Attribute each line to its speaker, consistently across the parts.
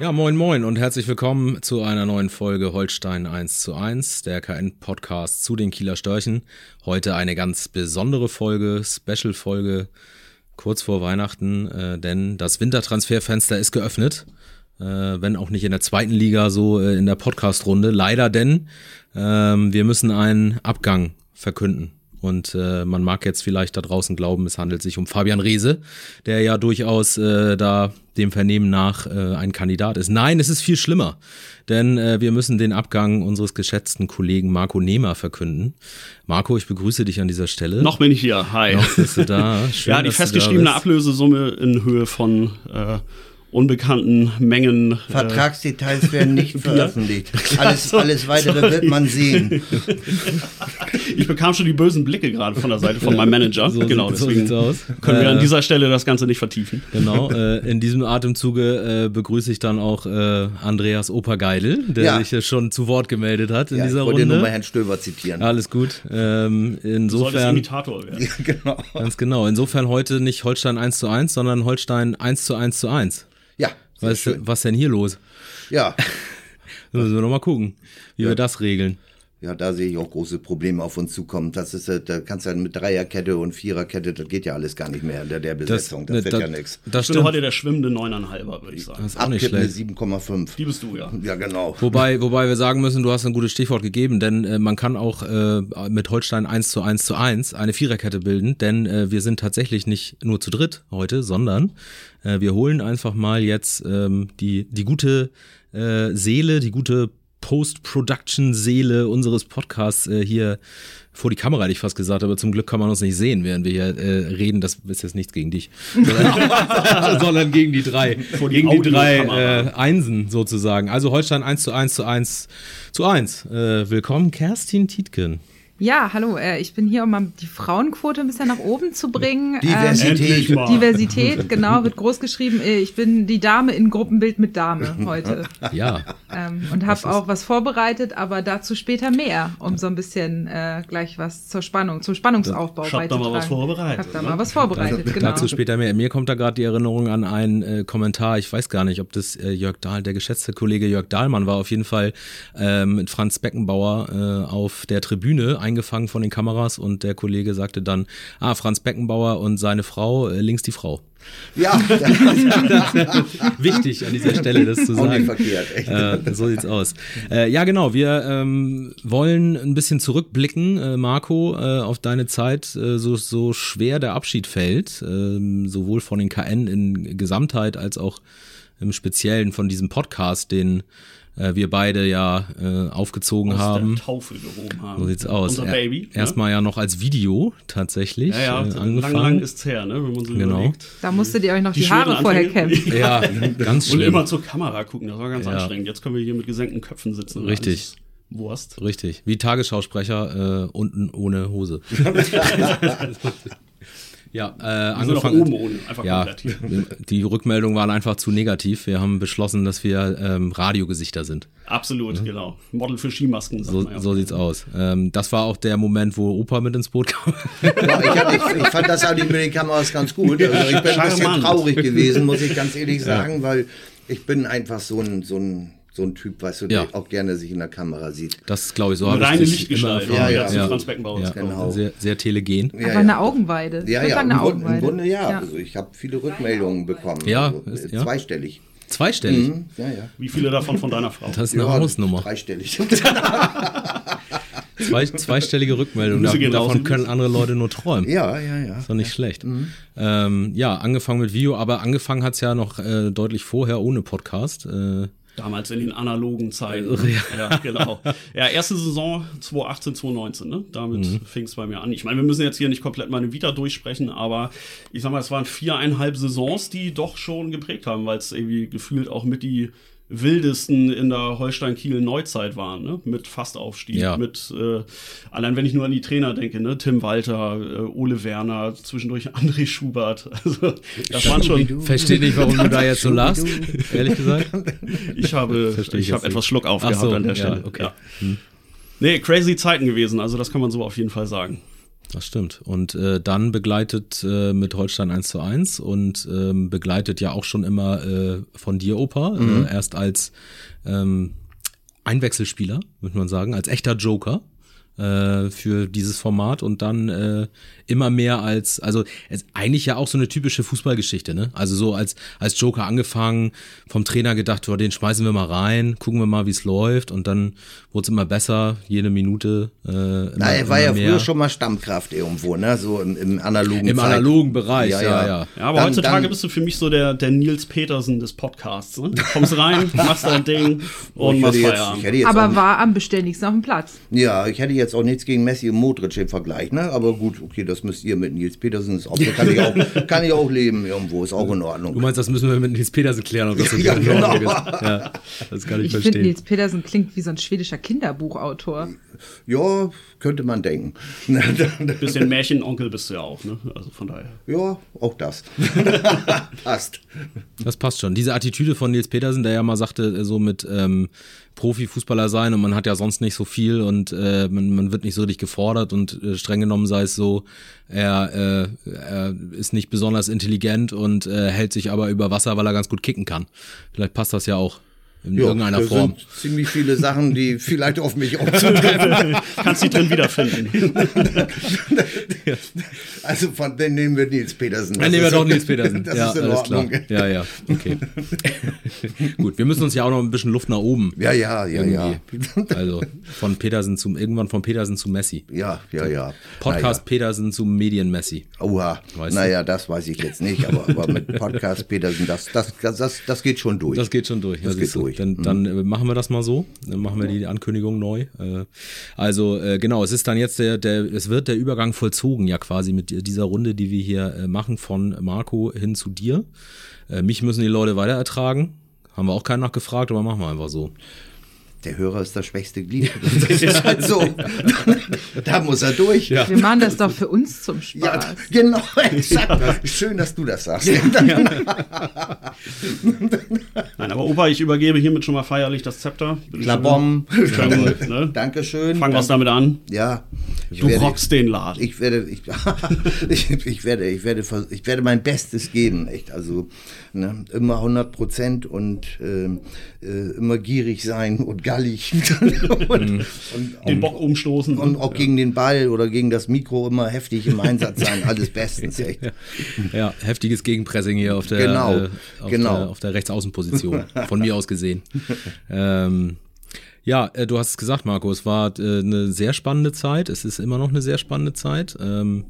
Speaker 1: Ja, moin moin und herzlich willkommen zu einer neuen Folge Holstein 1 zu 1, der KN-Podcast zu den Kieler Störchen. Heute eine ganz besondere Folge, Special-Folge, kurz vor Weihnachten, äh, denn das Wintertransferfenster ist geöffnet. Äh, wenn auch nicht in der zweiten Liga, so äh, in der Podcast-Runde. Leider denn, ähm, wir müssen einen Abgang verkünden. Und äh, man mag jetzt vielleicht da draußen glauben, es handelt sich um Fabian Reese, der ja durchaus äh, da dem Vernehmen nach äh, ein Kandidat ist. Nein, es ist viel schlimmer, denn äh, wir müssen den Abgang unseres geschätzten Kollegen Marco Nehmer verkünden. Marco, ich begrüße dich an dieser Stelle.
Speaker 2: Noch bin ich hier. Hi.
Speaker 1: Noch bist du da. Schön,
Speaker 2: ja, die
Speaker 1: dass du da
Speaker 2: festgeschriebene
Speaker 1: bist.
Speaker 2: Ablösesumme in Höhe von äh, unbekannten Mengen. Äh,
Speaker 3: Vertragsdetails werden nicht veröffentlicht. Alles, alles weitere wird man sehen.
Speaker 2: ich bekam schon die bösen Blicke gerade von der Seite von meinem Manager.
Speaker 1: So
Speaker 2: genau,
Speaker 1: sieht- so
Speaker 2: deswegen
Speaker 1: sieht's aus.
Speaker 2: können wir
Speaker 1: Äh,
Speaker 2: an dieser Stelle das Ganze nicht vertiefen.
Speaker 1: Genau, äh, in diesem Atemzuge äh, begrüße ich dann auch äh, Andreas Opergeidel, der
Speaker 3: Ja.
Speaker 1: sich ja schon zu Wort gemeldet hat in
Speaker 3: Ja, ich
Speaker 1: dieser
Speaker 3: wollte nur mal
Speaker 1: Runde.
Speaker 3: Herrn Stöber zitieren.
Speaker 1: Alles gut. Ähm,
Speaker 2: Du solltest
Speaker 1: insofern,
Speaker 2: Imitator werden.
Speaker 3: Genau.
Speaker 1: ganz genau, insofern heute nicht Holstein 1 zu 1, sondern Holstein 1 zu 1 zu 1.
Speaker 3: Ja, sehr
Speaker 1: Was,
Speaker 3: schön.
Speaker 1: was denn hier los?
Speaker 3: Ja.
Speaker 1: Da müssen wir nochmal gucken, wie wir das regeln.
Speaker 3: ja, da sehe ich auch große Probleme auf uns zukommen. Das ist, äh, da kannst du ja mit Dreierkette und Viererkette, das geht ja alles gar nicht mehr unter der Besetzung. Das,
Speaker 1: ne,
Speaker 3: wird ja nichts.
Speaker 1: Das
Speaker 2: Ich bin
Speaker 1: stimmt.
Speaker 2: heute der schwimmende Neuneinhalber, würde ich sagen.
Speaker 1: das ist auch nicht
Speaker 3: Abkippende
Speaker 1: schlecht.
Speaker 3: 7,5.
Speaker 2: Die bist du, ja.
Speaker 3: Ja, genau.
Speaker 1: Wobei, wobei wir sagen müssen, du hast ein gutes Stichwort gegeben, denn äh, man kann auch äh, mit Holstein 1 zu 1 zu 1 eine Viererkette bilden, denn äh, wir sind tatsächlich nicht nur zu dritt heute, sondern äh, wir holen einfach mal jetzt ähm, die, die gute äh, Seele, die gute Post-Production-Seele unseres Podcasts äh, hier vor die Kamera, hätte ich fast gesagt, aber zum Glück kann man uns nicht sehen, während wir hier äh, reden. Das ist jetzt nichts gegen dich, sondern, sondern gegen die drei,
Speaker 2: Vor die
Speaker 1: gegen die drei
Speaker 2: Audiokamera.
Speaker 1: äh, Einsen sozusagen. Also Holstein 1 zu 1 zu 1 zu 1. Äh, willkommen, Kerstin Tietgen.
Speaker 4: Ja, hallo, äh, ich bin hier, um mal die Frauenquote ein bisschen nach oben zu bringen. Ähm,
Speaker 3: Diversität.
Speaker 2: Endlich mal.
Speaker 4: Diversität, genau, wird groß geschrieben. Äh, Ich bin die Dame in Gruppenbild mit Dame heute
Speaker 1: Ja,
Speaker 4: ähm, und habe auch was vorbereitet, aber dazu später mehr, um so ein bisschen äh, gleich was zur Spannung, zum Spannungsaufbau
Speaker 2: Ich hab da mal was vorbereitet,
Speaker 4: Hab da
Speaker 2: ne?
Speaker 4: mal was vorbereitet,
Speaker 3: Also,
Speaker 4: genau.
Speaker 1: dazu später mehr. Mir kommt da gerade die Erinnerung an einen äh, Kommentar. Ich weiß gar nicht, ob das äh, Jörg Dahl, der geschätzte Kollege Jörg Dahlmann war auf jeden Fall äh, mit Franz Beckenbauer äh, auf der Tribüne eingefangen von den Kameras und der Kollege sagte dann, ah, Franz Beckenbauer und seine Frau, äh, links die Frau.
Speaker 3: Ja,
Speaker 1: Wichtig an dieser Stelle, das zu
Speaker 3: auch
Speaker 1: sagen.
Speaker 3: nicht verkehrt. Echt.
Speaker 1: Äh, so sieht's aus. Äh, ja, genau. Wir ähm, wollen ein bisschen zurückblicken, äh, Marco, äh, auf deine Zeit, äh, so, so schwer der Abschied fällt, ähm, sowohl von den KN in Gesamtheit als auch im Speziellen von diesem Podcast, den äh, wir beide ja äh, aufgezogen
Speaker 2: Aus
Speaker 1: haben.
Speaker 2: der Taufe gehoben haben.
Speaker 1: So sieht's aus.
Speaker 2: Unser
Speaker 1: Er-
Speaker 2: Baby. ne?
Speaker 1: Erstmal ja noch als Video tatsächlich
Speaker 2: Ja, ja, also
Speaker 1: äh,
Speaker 2: lang,
Speaker 1: angefangen.
Speaker 2: lang ist's her, ne, wenn man so
Speaker 1: Genau.
Speaker 2: überlegt.
Speaker 4: da musstet ihr euch noch die,
Speaker 2: schweren
Speaker 4: Haare vorher
Speaker 2: Anfänge-
Speaker 4: kämmen.
Speaker 1: ja, ganz
Speaker 2: Und
Speaker 1: schlimm.
Speaker 2: immer zur Kamera gucken, das war ganz
Speaker 1: Ja.
Speaker 2: anstrengend. Jetzt können wir hier mit gesenkten Köpfen sitzen. und
Speaker 1: Richtig.
Speaker 2: alles Wurst.
Speaker 1: Richtig, wie Tagesschausprecher äh, unten ohne Hose. ja, äh,
Speaker 2: Wir sind auch
Speaker 1: angefangen.
Speaker 2: oben ohne, einfach
Speaker 1: ja,
Speaker 2: Also komplett hier.
Speaker 1: die Rückmeldungen waren einfach zu negativ. Wir haben beschlossen, dass wir ähm, Radiogesichter sind.
Speaker 2: Absolut, genau. Model für Skimasken. sagt
Speaker 1: Mhm. So,
Speaker 2: man Ah, ja.
Speaker 1: so sieht's aus. Ähm, das war auch der Moment, wo Opa mit ins Boot kam.
Speaker 3: Ja, ich, hab, ich, ich fand das eigentlich mit den Kameras ganz gut. Also ich bin ein bisschen
Speaker 2: Charmant.
Speaker 3: traurig gewesen, muss ich ganz ehrlich sagen, weil ich bin einfach so ein, so ein, so ein Typ, weißt du,
Speaker 1: Ja.
Speaker 3: der auch gerne sich in der Kamera sieht.
Speaker 1: Das glaube ich so. hab ich
Speaker 2: Eine reine
Speaker 1: dich
Speaker 2: Lichtgestalt.
Speaker 1: immer
Speaker 2: Ja,
Speaker 3: Ja, ja.
Speaker 2: ja, zu
Speaker 1: Ja.
Speaker 2: Franz Beckenbauer.
Speaker 1: Ja,
Speaker 3: Genau.
Speaker 1: sehr, sehr telegen.
Speaker 3: Ja,
Speaker 4: aber
Speaker 3: ja.
Speaker 4: eine Augenweide.
Speaker 3: Ja,
Speaker 4: Ich würd
Speaker 3: ja, im,
Speaker 4: sagen, eine
Speaker 3: Grund, im
Speaker 4: Augenweide.
Speaker 3: Grunde ja. Also ich habe viele Rückmeldungen bekommen.
Speaker 1: Ja,
Speaker 3: also,
Speaker 1: ist-
Speaker 3: äh,
Speaker 1: ja.
Speaker 3: Zweistellig.
Speaker 1: Zweistellig.
Speaker 3: Hm? Ja, ja.
Speaker 2: Wie viele davon von deiner Frau?
Speaker 1: Das ist eine
Speaker 3: ja,
Speaker 1: Hausnummer.
Speaker 3: Dreistellig.
Speaker 1: Zwei, zweistellige Rückmeldung.
Speaker 2: Grüße gehen raus
Speaker 1: davon
Speaker 2: an
Speaker 1: können
Speaker 2: Luis.
Speaker 1: andere Leute nur träumen.
Speaker 3: ja, ja, ja.
Speaker 1: Ist doch nicht schlecht. Ähm, ja, angefangen mit Video, aber angefangen hat's ja noch äh, deutlich vorher ohne Podcast. Äh,
Speaker 2: Damals in den analogen Zeiten. Ja. genau. Ja, erste Saison 2018, 2019, ne? Damit fing es bei mir an. Ich meine, wir müssen jetzt hier nicht komplett meine Vita durchsprechen, aber ich sag mal, es waren viereinhalb Saisons, die doch schon geprägt haben, weil es irgendwie gefühlt auch mit die wildesten in der Holstein-Kiel-Neuzeit waren, ne? Mit Fastaufstieg,
Speaker 1: Ja.
Speaker 2: mit äh, allein wenn ich nur an die Trainer denke, ne? Tim Walter, äh, Ole Werner, zwischendurch André Schubert. Also das waren schon
Speaker 1: Verstehe nicht, warum du da jetzt so lachst, ehrlich gesagt.
Speaker 2: Ich habe,
Speaker 1: Verstehe ich
Speaker 2: ich
Speaker 1: jetzt
Speaker 2: habe
Speaker 1: nicht.
Speaker 2: etwas Schluck
Speaker 1: Ach
Speaker 2: aufgehabt
Speaker 1: so,
Speaker 2: an der
Speaker 1: ja,
Speaker 2: Stelle.
Speaker 1: okay.
Speaker 2: Nee, crazy Zeiten gewesen, also das kann man so auf jeden Fall sagen.
Speaker 1: Das stimmt. Und äh, dann begleitet äh, mit Holstein 1 zu 1 und ähm, begleitet ja auch schon immer äh, von dir, Opa,
Speaker 3: Mhm.
Speaker 1: äh, erst als ähm, Einwechselspieler, würde man sagen, als echter Joker äh, für dieses Format und dann äh, immer mehr als, also es, eigentlich ja auch so eine typische Fußballgeschichte, ne? Also so als, als Joker angefangen, vom Trainer gedacht, oh, den schmeißen wir mal rein, gucken wir mal, wie es läuft und dann wurde es immer besser, jede Minute. Äh, immer,
Speaker 3: Na, er war
Speaker 1: immer
Speaker 3: ja
Speaker 1: mehr.
Speaker 3: früher schon mal Stammkraft irgendwo, ne? So im, im analogen
Speaker 1: Im
Speaker 3: Zeit.
Speaker 1: analogen Bereich, ja, ja.
Speaker 2: Ja, aber
Speaker 3: Dann-
Speaker 2: heutzutage
Speaker 3: dann-
Speaker 2: bist du für mich so der, der Nils Petersen des Podcasts. Ne? Du kommst rein, machst dein Ding und
Speaker 3: Oh, ich
Speaker 2: machst
Speaker 3: hätte jetzt, ich
Speaker 2: Feierabend.
Speaker 3: hätte jetzt auch
Speaker 4: Aber
Speaker 3: nicht-
Speaker 4: war am beständigsten auf dem Platz.
Speaker 3: Ja, ich hätte jetzt auch nichts gegen Messi und Modric im Vergleich, ne? Aber gut, okay, das müsst ihr mit Nils Petersen ist auch, kann ich auch, kann ich auch leben irgendwo, ist auch in
Speaker 1: Du
Speaker 3: Ordnung.
Speaker 1: meinst, das müssen wir mit Nils Petersen klären, ob das so
Speaker 3: Ja,
Speaker 1: in Ordnung
Speaker 3: genau.
Speaker 1: ist. Ja, das kann ich,
Speaker 4: Ich finde,
Speaker 1: verstehen.
Speaker 4: Nils Petersen klingt wie so ein schwedischer Kinderbuchautor.
Speaker 3: Ja, könnte man denken.
Speaker 2: Bisschen Märchenonkel bist du ja auch, ne? Also von daher.
Speaker 3: ja, auch das. Passt.
Speaker 1: Das passt schon. Diese Attitüde von Nils Petersen, der ja mal sagte, äh, so mit ähm, Profifußballer sein und man hat ja sonst nicht so viel und äh, man, man wird nicht so richtig gefordert und äh, streng genommen sei es so, er, äh, er ist nicht besonders intelligent und äh, hält sich aber über Wasser, weil er ganz gut kicken kann. Vielleicht passt das ja auch in
Speaker 3: Ja,
Speaker 1: irgendeiner
Speaker 3: das
Speaker 1: Form.
Speaker 3: Sind ziemlich viele Sachen, die vielleicht auf mich auch zutreffen.
Speaker 2: Kannst die drin wiederfinden.
Speaker 3: Also von dann nehmen wir Nils Petersen.
Speaker 1: Dann
Speaker 3: Das
Speaker 1: nehmen wir
Speaker 3: ist-
Speaker 1: doch Nils Petersen.
Speaker 3: Das
Speaker 1: ja,
Speaker 3: ist in
Speaker 1: alles
Speaker 3: Ordnung.
Speaker 1: klar. Ja, ja, okay. Gut, wir müssen uns ja auch noch ein bisschen Luft nach oben.
Speaker 3: Ja, ja, ja, ja.
Speaker 1: irgendwie. Also von Petersen zum irgendwann von Petersen zu Messi.
Speaker 3: Ja, ja, ja.
Speaker 1: Podcast Petersen zum Medien Messi.
Speaker 3: Naja. Oha.
Speaker 1: Weißt du?
Speaker 3: naja, das weiß ich jetzt nicht, aber, aber mit Podcast Petersen, das, das, das, das, das geht schon durch.
Speaker 1: Das geht schon durch.
Speaker 3: Das
Speaker 1: ja,
Speaker 3: geht
Speaker 1: siehst du.
Speaker 3: durch. Mhm.
Speaker 1: Dann, dann äh, machen wir das mal so. Dann machen wir die Ankündigung neu. Äh, Also äh, genau, es ist dann jetzt der, der, es wird der Übergang vollzogen ja quasi mit dieser Runde, die wir hier äh, machen von Marco hin zu dir. Äh, Mich müssen die Leute weiter ertragen. Haben wir auch keinen nachgefragt, aber machen wir einfach so.
Speaker 3: Der Hörer ist das schwächste Glied. Das ist halt so. da muss er durch.
Speaker 1: Ja.
Speaker 4: Wir machen das doch für uns zum
Speaker 3: Ja,
Speaker 4: Spaß.
Speaker 3: genau, exakt. Schön, dass du das sagst.
Speaker 2: Nein, aber Opa, ich übergebe hiermit schon mal feierlich das Zepter. Bitte schön.
Speaker 3: Klabom.
Speaker 2: Jawohl, ne?
Speaker 3: Dankeschön.
Speaker 2: Fangen wir es damit an.
Speaker 3: Ja. Ich
Speaker 2: Du
Speaker 3: werde-
Speaker 2: rockst den Laden.
Speaker 3: Ich werde, ich, ich, ich werde, ich werde, vers- ich werde mein Bestes geben, echt. Also ne, immer 100 Prozent und ähm, äh, immer gierig sein und gallig und, und,
Speaker 2: den Bock umstoßen.
Speaker 3: und auch gegen den Ball oder gegen das Mikro immer heftig im Einsatz sein. Alles bestens, echt.
Speaker 1: Ja, heftiges Gegenpressing hier auf der,
Speaker 3: Genau,
Speaker 1: äh, auf
Speaker 3: genau.
Speaker 1: der, auf der Rechtsaußenposition, von mir aus gesehen. Ähm, ja, äh, du hast es gesagt, Marco, es war äh, eine sehr spannende Zeit. Es ist immer noch eine sehr spannende Zeit. Ähm,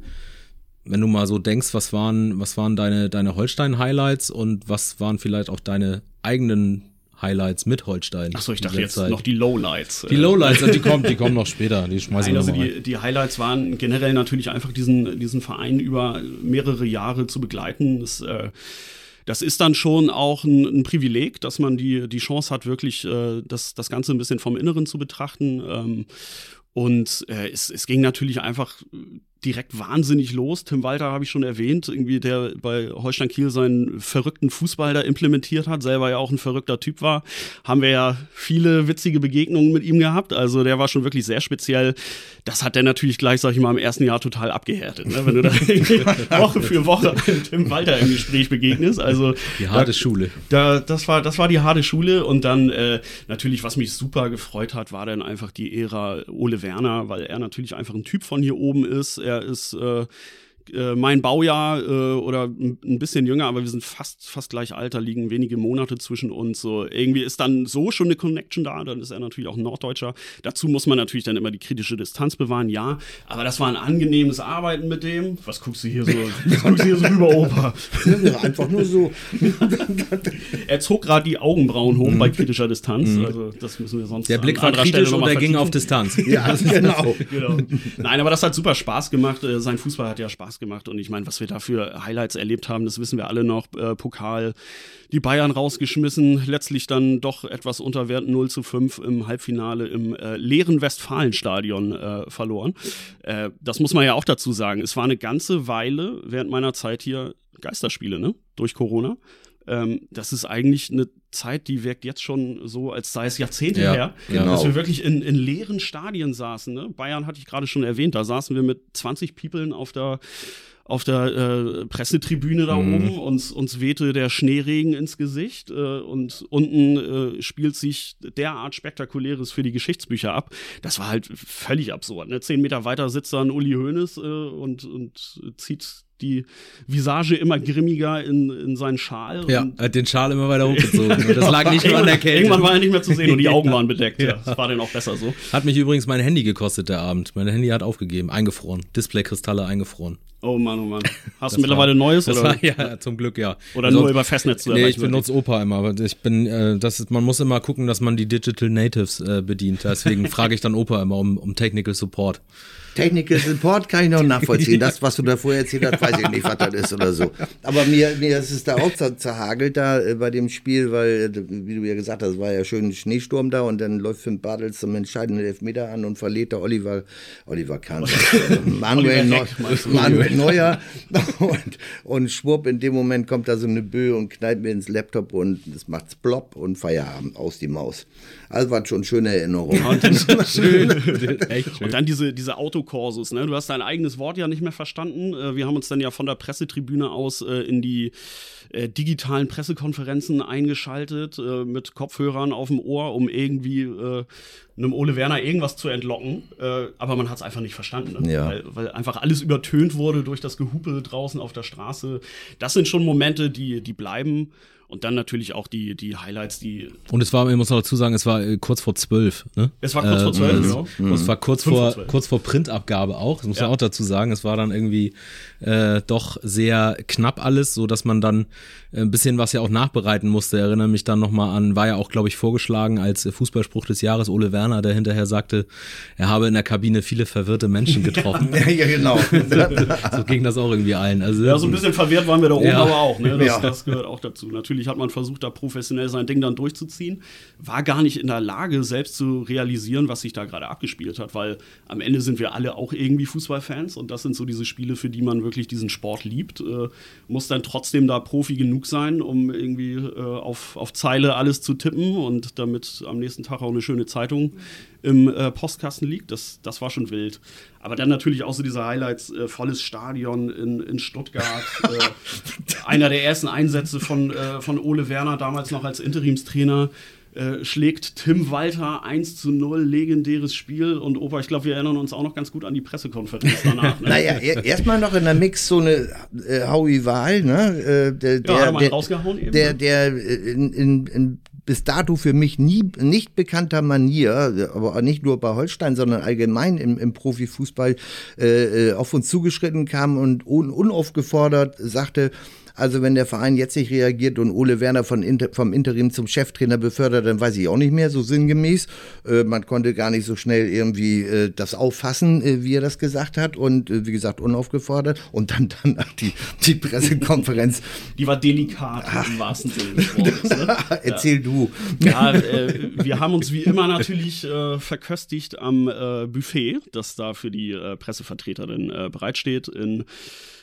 Speaker 1: wenn du mal so denkst, was waren, was waren deine, deine Holstein-Highlights und was waren vielleicht auch deine eigenen Highlights mit Holstein?
Speaker 2: Achso, ich
Speaker 1: in
Speaker 2: dachte
Speaker 1: dieser
Speaker 2: jetzt
Speaker 1: Zeit?
Speaker 2: noch die Lowlights. äh,
Speaker 1: Die Lowlights, also die kommen, die kommen noch später. Die schmeißen
Speaker 2: Nein,
Speaker 1: wir
Speaker 2: also
Speaker 1: noch rein.
Speaker 2: die, die Highlights waren generell natürlich einfach diesen, diesen Verein über mehrere Jahre zu begleiten. Das, äh, das ist dann schon auch ein, ein Privileg, dass man die, die Chance hat, wirklich äh, das, das Ganze ein bisschen vom Inneren zu betrachten. Ähm, und äh, es, es ging natürlich einfach direkt wahnsinnig los. Tim Walter habe ich schon erwähnt, irgendwie der bei Holstein Kiel seinen verrückten Fußball da implementiert hat, selber ja auch ein verrückter Typ war. Haben wir ja viele witzige Begegnungen mit ihm gehabt. Also der war schon wirklich sehr speziell. Das hat der natürlich gleich, sag ich mal, im ersten Jahr total abgehärtet, ne? wenn du da irgendwie Woche für Woche einem Tim Walter im Gespräch begegnest. Also
Speaker 1: die harte Schule.
Speaker 2: da, das, war, das war die harte Schule und dann äh, natürlich, was mich super gefreut hat, war dann einfach die Ära Ole Werner, weil er natürlich einfach ein Typ von hier oben ist. Er ist äh, äh, mein Baujahr äh, oder ein ein bisschen jünger, aber wir sind fast, fast gleich alter, liegen wenige Monate zwischen uns. So irgendwie ist dann so schon eine Connection da, dann ist er natürlich auch ein Norddeutscher. Dazu muss man natürlich dann immer die kritische Distanz bewahren, ja. Aber das war ein angenehmes Arbeiten mit dem. Was guckst du hier so, was guckst du hier so rüber, Opa?
Speaker 3: Einfach nur so.
Speaker 2: Er zog gerade die Augenbrauen hoch bei kritischer Distanz. Also das müssen wir sonst
Speaker 1: Mhm. Der
Speaker 2: an
Speaker 1: Blick war
Speaker 2: anderer
Speaker 1: kritisch
Speaker 2: Stelle noch
Speaker 1: und
Speaker 2: mal
Speaker 1: er ging
Speaker 2: vertiefen.
Speaker 1: auf Distanz.
Speaker 3: Ja, genau.
Speaker 2: Genau. Nein, aber das hat super Spaß gemacht. Äh, Sein Fußball hat ja Spaß gemacht. Und ich meine, was wir da für Highlights erlebt haben, das wissen wir alle noch. Äh, Pokal, die Bayern rausgeschmissen, letztlich dann doch etwas unter Wert 0 zu 5 im Halbfinale im äh, leeren Westfalenstadion äh, verloren. Äh, das muss man ja auch dazu sagen. Es war eine ganze Weile während meiner Zeit hier Geisterspiele, ne? Durch Corona. ähm, das ist eigentlich eine Zeit, die wirkt jetzt schon so, als sei es Jahrzehnte
Speaker 1: Ja,
Speaker 2: her,
Speaker 1: genau.
Speaker 2: dass wir wirklich in, in leeren Stadien saßen. Ne? Bayern hatte ich gerade schon erwähnt, da saßen wir mit 20 Peoplen auf der auf der äh, Pressetribüne da
Speaker 1: Mhm.
Speaker 2: oben, uns, uns wehte der Schneeregen ins Gesicht äh, und unten äh, spielt sich derart Spektakuläres für die Geschichtsbücher ab. Das war halt völlig absurd. Ne? Zehn Meter weiter sitzt dann Uli Hoeneß äh, und, und zieht die Visage immer grimmiger in, in seinen Schal.
Speaker 1: Ja,
Speaker 2: und
Speaker 1: hat den Schal immer weiter hochgezogen. Und das lag nicht nur an der
Speaker 2: Irgendwann war
Speaker 1: Kälte.
Speaker 2: er nicht mehr zu sehen und die Augen
Speaker 1: Ja.
Speaker 2: waren bedeckt. Ja. Das war dann auch besser so.
Speaker 1: Hat mich übrigens mein Handy gekostet, der Abend. Mein Handy hat aufgegeben, eingefroren. Displaykristalle eingefroren.
Speaker 2: Oh Mann, oh Mann. Hast
Speaker 1: Das
Speaker 2: du mittlerweile
Speaker 1: war-
Speaker 2: Neues?
Speaker 1: Das
Speaker 2: Oder?
Speaker 1: war, ja, zum Glück, ja.
Speaker 2: Oder nur über Festnetz zu
Speaker 1: Nee, ich
Speaker 2: erreichen,
Speaker 1: benutze Opa immer. aber Ich bin, äh, das ist, man muss immer gucken, dass man die Digital Natives äh, bedient. Deswegen frage ich dann Opa immer um, um Technical Support.
Speaker 3: Technical Support kann ich noch nachvollziehen. Das, was du da vorher erzählt hast, weiß ich nicht, was das ist oder so. Aber mir, mir ist es da auch zer- zerhagelt da äh, bei dem Spiel, weil, äh, wie du ja gesagt hast, war ja schön ein Schneesturm da und dann läuft Finn Bartels zum entscheidenden Elfmeter an und verliert da Oliver, Oliver Kahn, äh, Manuel,
Speaker 2: Oliver
Speaker 3: Neu,
Speaker 2: Reck, meinst du?
Speaker 3: Manuel Neuer und, und schwupp, in dem Moment kommt da so eine Böe und knallt mir ins Laptop und es macht's plopp und Feierabend, aus die Maus. Also war schon schöne Erinnerung.
Speaker 1: schön. Echt schön.
Speaker 2: Und dann diese, diese Autokorsus, ne? Du hast dein eigenes Wort ja nicht mehr verstanden. Äh, Wir haben uns dann ja von der Pressetribüne aus äh, in die äh, digitalen Pressekonferenzen eingeschaltet, äh, mit Kopfhörern auf dem Ohr, um irgendwie äh, einem Ole Werner irgendwas zu entlocken. Äh, aber man hat es einfach nicht verstanden. Ne?
Speaker 3: Ja.
Speaker 2: Weil, weil einfach alles übertönt wurde durch das Gehupe draußen auf der Straße. Das sind schon Momente, die, die bleiben. Und dann natürlich auch die, die Highlights, die.
Speaker 1: Und es war, ich muss noch dazu sagen, es war äh, kurz vor zwölf. Ne?
Speaker 2: Es war kurz vor zwölf, genau.
Speaker 1: es, Es war kurz
Speaker 2: Fünf vor
Speaker 1: vor,
Speaker 2: zwölf.
Speaker 1: kurz vor Printabgabe auch. Das muss man
Speaker 2: Ja.
Speaker 1: auch dazu sagen. Es war dann irgendwie äh, doch sehr knapp alles, so dass man dann äh, ein bisschen was ja auch nachbereiten musste. Erinnere mich dann nochmal an, war ja auch, glaube ich, vorgeschlagen als äh, Fußballspruch des Jahres Ole Werner, der hinterher sagte, er habe in der Kabine viele verwirrte Menschen getroffen.
Speaker 3: ja, ja, genau.
Speaker 1: so ging das auch irgendwie allen. Also,
Speaker 2: Ja, so ein bisschen verwehrt waren wir da oben
Speaker 1: Ja.
Speaker 2: aber auch. Ne? Das,
Speaker 3: Ja.
Speaker 2: das gehört auch dazu. Natürlich hat man versucht, da professionell sein Ding dann durchzuziehen, war gar nicht in der Lage, selbst zu realisieren, was sich da gerade abgespielt hat, weil am Ende sind wir alle auch irgendwie Fußballfans und das sind so diese Spiele, für die man wirklich diesen Sport liebt. Äh, muss dann trotzdem da Profi genug sein, um irgendwie äh, auf, auf Zeile alles zu tippen und damit am nächsten Tag auch eine schöne Zeitung im äh, Postkasten liegt. Das, das war schon wild. Aber dann natürlich auch so diese Highlights, äh, volles Stadion in, in Stuttgart. äh, einer der ersten Einsätze von, äh, von Ole Werner, damals noch als Interimstrainer, äh, schlägt Tim Walter 1 zu 0, legendäres Spiel. Und Opa, ich glaube, wir erinnern uns auch noch ganz gut an die Pressekonferenz danach. Ne?
Speaker 3: Naja, er- erstmal noch in der Mix so eine äh, Howie Wahl, ne? Äh, der,
Speaker 2: ja,
Speaker 3: der,
Speaker 2: hat er mal
Speaker 3: der,
Speaker 2: rausgehauen eben.
Speaker 3: der,
Speaker 2: ne?
Speaker 3: der äh, in, in, in bis dato für mich nie nicht bekannter Manier, äh, aber auch nicht nur bei Holstein, sondern allgemein im, im Profifußball äh, äh, auf uns zugeschritten kam und un, unaufgefordert sagte, also wenn der Verein jetzt nicht reagiert und Ole Werner von Inter, vom Interim zum Cheftrainer befördert, dann weiß ich auch nicht mehr, so sinngemäß. Äh, man konnte gar nicht so schnell irgendwie äh, das auffassen, äh, wie er das gesagt hat und äh, wie gesagt unaufgefordert und dann danach die, die Pressekonferenz.
Speaker 2: die war delikat im wahrsten Sinne des Wortes. Ne?
Speaker 3: Erzähl du.
Speaker 2: Ja, äh, wir haben uns wie immer natürlich äh, verköstigt am äh, Buffet, das da für die äh, Pressevertreterin äh, bereitsteht. In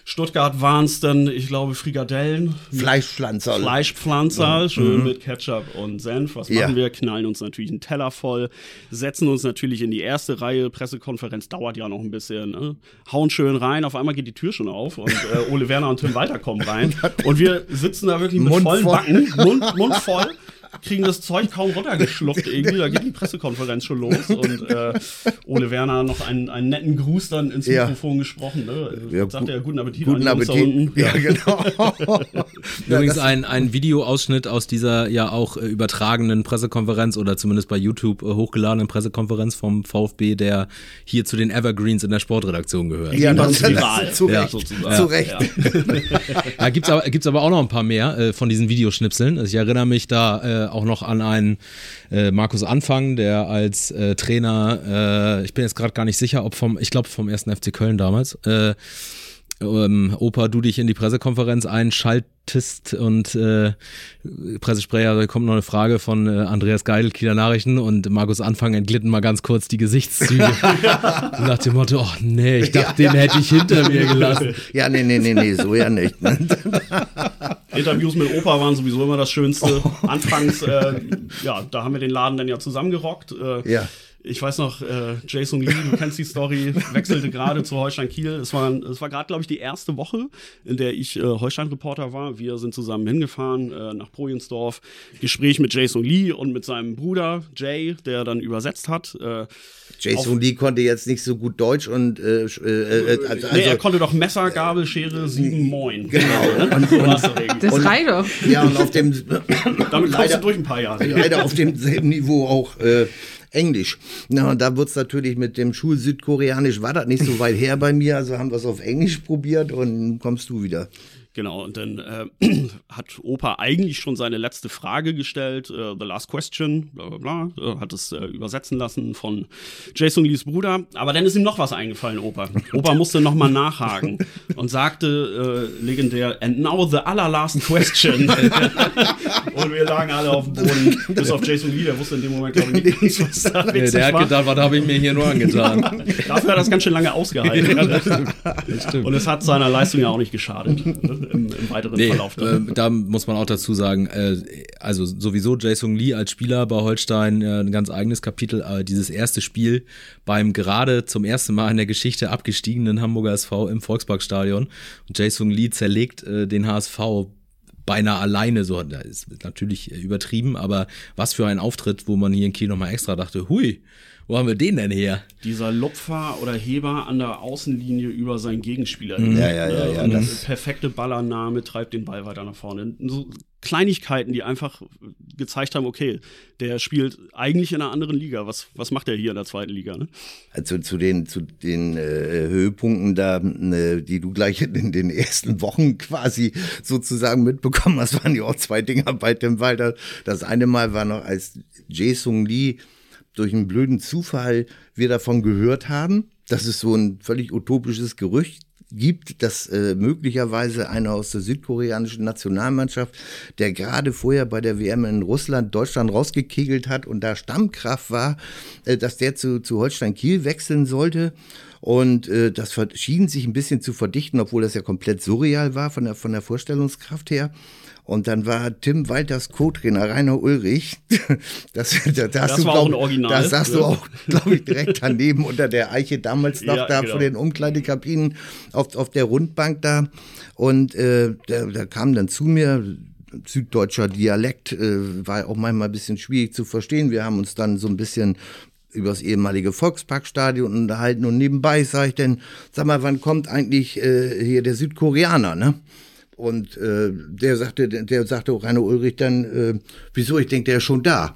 Speaker 2: Stuttgart waren es dann, ich glaube, Frikadellen,
Speaker 3: Fleischpflanzer.
Speaker 2: Fleischpflanzer, schön mit Ketchup und Senf. Was
Speaker 3: Mhm. Ja.
Speaker 2: machen wir? Knallen uns natürlich einen Teller voll, setzen uns natürlich in die erste Reihe. Pressekonferenz dauert ja noch ein bisschen. Ne? Hauen schön rein. Auf einmal geht die Tür schon auf und äh, Ole Werner und Tim Walter kommen rein. Und wir sitzen da wirklich mit
Speaker 3: Mund
Speaker 2: vollen
Speaker 3: voll.
Speaker 2: Backen, Mund, Mund voll. Kriegen das Zeug kaum runtergeschluckt irgendwie, da geht die Pressekonferenz schon los und äh, Ole Werner noch einen, einen netten Gruß dann ins
Speaker 3: Ja.
Speaker 2: Mikrofon gesprochen. Ne?
Speaker 3: Ja,
Speaker 2: Sagt
Speaker 3: gu-
Speaker 2: er guten Appetit an
Speaker 3: Guten
Speaker 2: die Jungs da
Speaker 3: Appetit.
Speaker 2: unten.
Speaker 3: Ja, genau.
Speaker 1: Übrigens ein, ein Videoausschnitt aus dieser ja auch äh, übertragenen Pressekonferenz oder zumindest bei YouTube äh, hochgeladenen Pressekonferenz vom VfB, der hier zu den Evergreens in der Sportredaktion gehört.
Speaker 3: Ja,
Speaker 2: Irgendwann
Speaker 3: das-
Speaker 2: ist
Speaker 3: das-
Speaker 2: viral,
Speaker 3: zu
Speaker 2: ja,
Speaker 3: Recht,
Speaker 2: sozusagen.
Speaker 3: zu Recht.
Speaker 1: Da gibt's aber, gibt's aber auch noch ein paar mehr äh, von diesen Videoschnipseln. Also ich erinnere mich da äh, auch noch an einen äh, Markus Anfang, der als äh, Trainer, äh, ich bin jetzt gerade gar nicht sicher, ob vom, ich glaube vom ersten FC Köln damals, äh, ähm, Opa, du dich in die Pressekonferenz einschaltest und äh, Pressesprecher, da kommt noch eine Frage von äh, Andreas Geidel, Kieler Nachrichten und Markus Anfang entglitten mal ganz kurz die Gesichtszüge. nach dem Motto, oh nee, ich dachte, den hätte ich hinter mir gelassen.
Speaker 3: Ja, nee, nee, nee, nee, so ja nicht. ne?
Speaker 2: Interviews mit Opa waren sowieso immer das Schönste.
Speaker 3: Oh.
Speaker 2: Anfangs, äh, ja, da haben wir den Laden dann ja zusammengerockt. Äh,
Speaker 3: Ja.
Speaker 2: Ich weiß noch, äh, Jason Lee, du kennst die Story, wechselte gerade zu Holstein Kiel. Es war, es war gerade, glaube ich, die erste Woche, in der ich äh, Holstein-Reporter war. Wir sind zusammen hingefahren äh, nach Projensdorf. Gespräch mit Jason Lee und mit seinem Bruder Jay, der dann übersetzt hat. Äh,
Speaker 3: Jason Lee konnte jetzt nicht so gut Deutsch und äh, sch- äh, äh, also,
Speaker 2: nee, er konnte doch Messer, Gabel, Schere, sieben, moin.
Speaker 3: genau. Und,
Speaker 2: So war
Speaker 3: und,
Speaker 2: es irgendwie.
Speaker 4: Das
Speaker 3: Und-
Speaker 4: reicht doch.
Speaker 3: ja, und auf dem
Speaker 2: Damit kommst
Speaker 3: leider-
Speaker 2: du durch ein paar Jahre. Ja.
Speaker 3: leider auf demselben Niveau auch äh, Englisch. Na, und da wird's natürlich mit dem Schul-Südkoreanisch, war das nicht so weit her bei mir, also haben wir es auf Englisch probiert und nun kommst du wieder.
Speaker 2: Genau, und dann äh, hat Opa eigentlich schon seine letzte Frage gestellt, äh, The Last Question, bla bla bla, äh, hat es äh, übersetzen lassen von Jason Lees Bruder. Aber dann ist ihm noch was eingefallen, Opa. Opa musste nochmal nachhaken und sagte äh, legendär, and now the allerlast question. und wir lagen alle auf dem Boden, bis auf Jason Lee, der wusste in dem Moment, glaube ich, nicht, ganz, was da
Speaker 1: Nee,
Speaker 2: witzig
Speaker 1: der hat
Speaker 2: war.
Speaker 1: gedacht, was habe ich mir hier nur angetan?
Speaker 2: Dafür hat er das ganz schön lange ausgehalten.
Speaker 1: Das stimmt.
Speaker 2: Und es hat seiner Leistung ja auch nicht geschadet ne, im, im weiteren
Speaker 1: Nee,
Speaker 2: Verlauf. dann.
Speaker 1: äh, da muss man auch dazu sagen, äh, also sowieso Jason Lee als Spieler bei Holstein äh, ein ganz eigenes Kapitel, aber dieses erste Spiel beim gerade zum ersten Mal in der Geschichte abgestiegenen Hamburger SV im Volksparkstadion und Jason Lee zerlegt äh, den HSV beinahe alleine, so, da ist natürlich äh, übertrieben, aber was für ein Auftritt, wo man hier in Kiel nochmal extra dachte, hui, wo haben wir den denn her?
Speaker 2: dieser Lupfer oder Heber an der Außenlinie über seinen Gegenspieler.
Speaker 1: Mhm.
Speaker 2: hin.
Speaker 3: Ja, ja, ja, ja,
Speaker 2: Und
Speaker 3: das-
Speaker 2: der perfekte Ballannahme treibt den Ball weiter nach vorne. So Kleinigkeiten, die einfach gezeigt haben, okay, der spielt eigentlich in einer anderen Liga. Was, was macht er hier in der zweiten Liga? Ne?
Speaker 3: Also zu den, zu den äh, Höhepunkten da, äh, die du gleich in den ersten Wochen quasi sozusagen mitbekommen hast, waren ja auch zwei Dinger bei Tim Walter. Das eine Mal war noch, als Jason Lee durch einen blöden Zufall wir davon gehört haben, dass es so ein völlig utopisches Gerücht gibt, dass äh, möglicherweise einer aus der südkoreanischen Nationalmannschaft, der gerade vorher bei der WM in Russland Deutschland rausgekegelt hat und da Stammkraft war, äh, dass der zu, zu Holstein Kiel wechseln sollte. Und äh, das ver- schien sich ein bisschen zu verdichten, obwohl das ja komplett surreal war von der, von der Vorstellungskraft her. Und dann war Tim Walters Co-Trainer Rainer Ulrich. Das, da, da hast
Speaker 2: Das
Speaker 3: du,
Speaker 2: war auch
Speaker 3: glaub,
Speaker 2: ein Original,
Speaker 3: Da saß
Speaker 2: ne?
Speaker 3: du auch, glaube ich, direkt daneben unter der Eiche damals noch
Speaker 2: Ja,
Speaker 3: da
Speaker 2: genau.
Speaker 3: vor den Umkleidekabinen auf, auf der Rundbank da. Und äh, der, der kam dann zu mir. Süddeutscher Dialekt äh, war auch manchmal ein bisschen schwierig zu verstehen. Wir haben uns dann so ein bisschen über das ehemalige Volksparkstadion unterhalten und nebenbei sage ich dann, sag mal, wann kommt eigentlich äh, hier der Südkoreaner, ne? Und äh, der sagte, der sagte auch Rainer Ulrich dann, äh, wieso, ich denke, der ist schon da.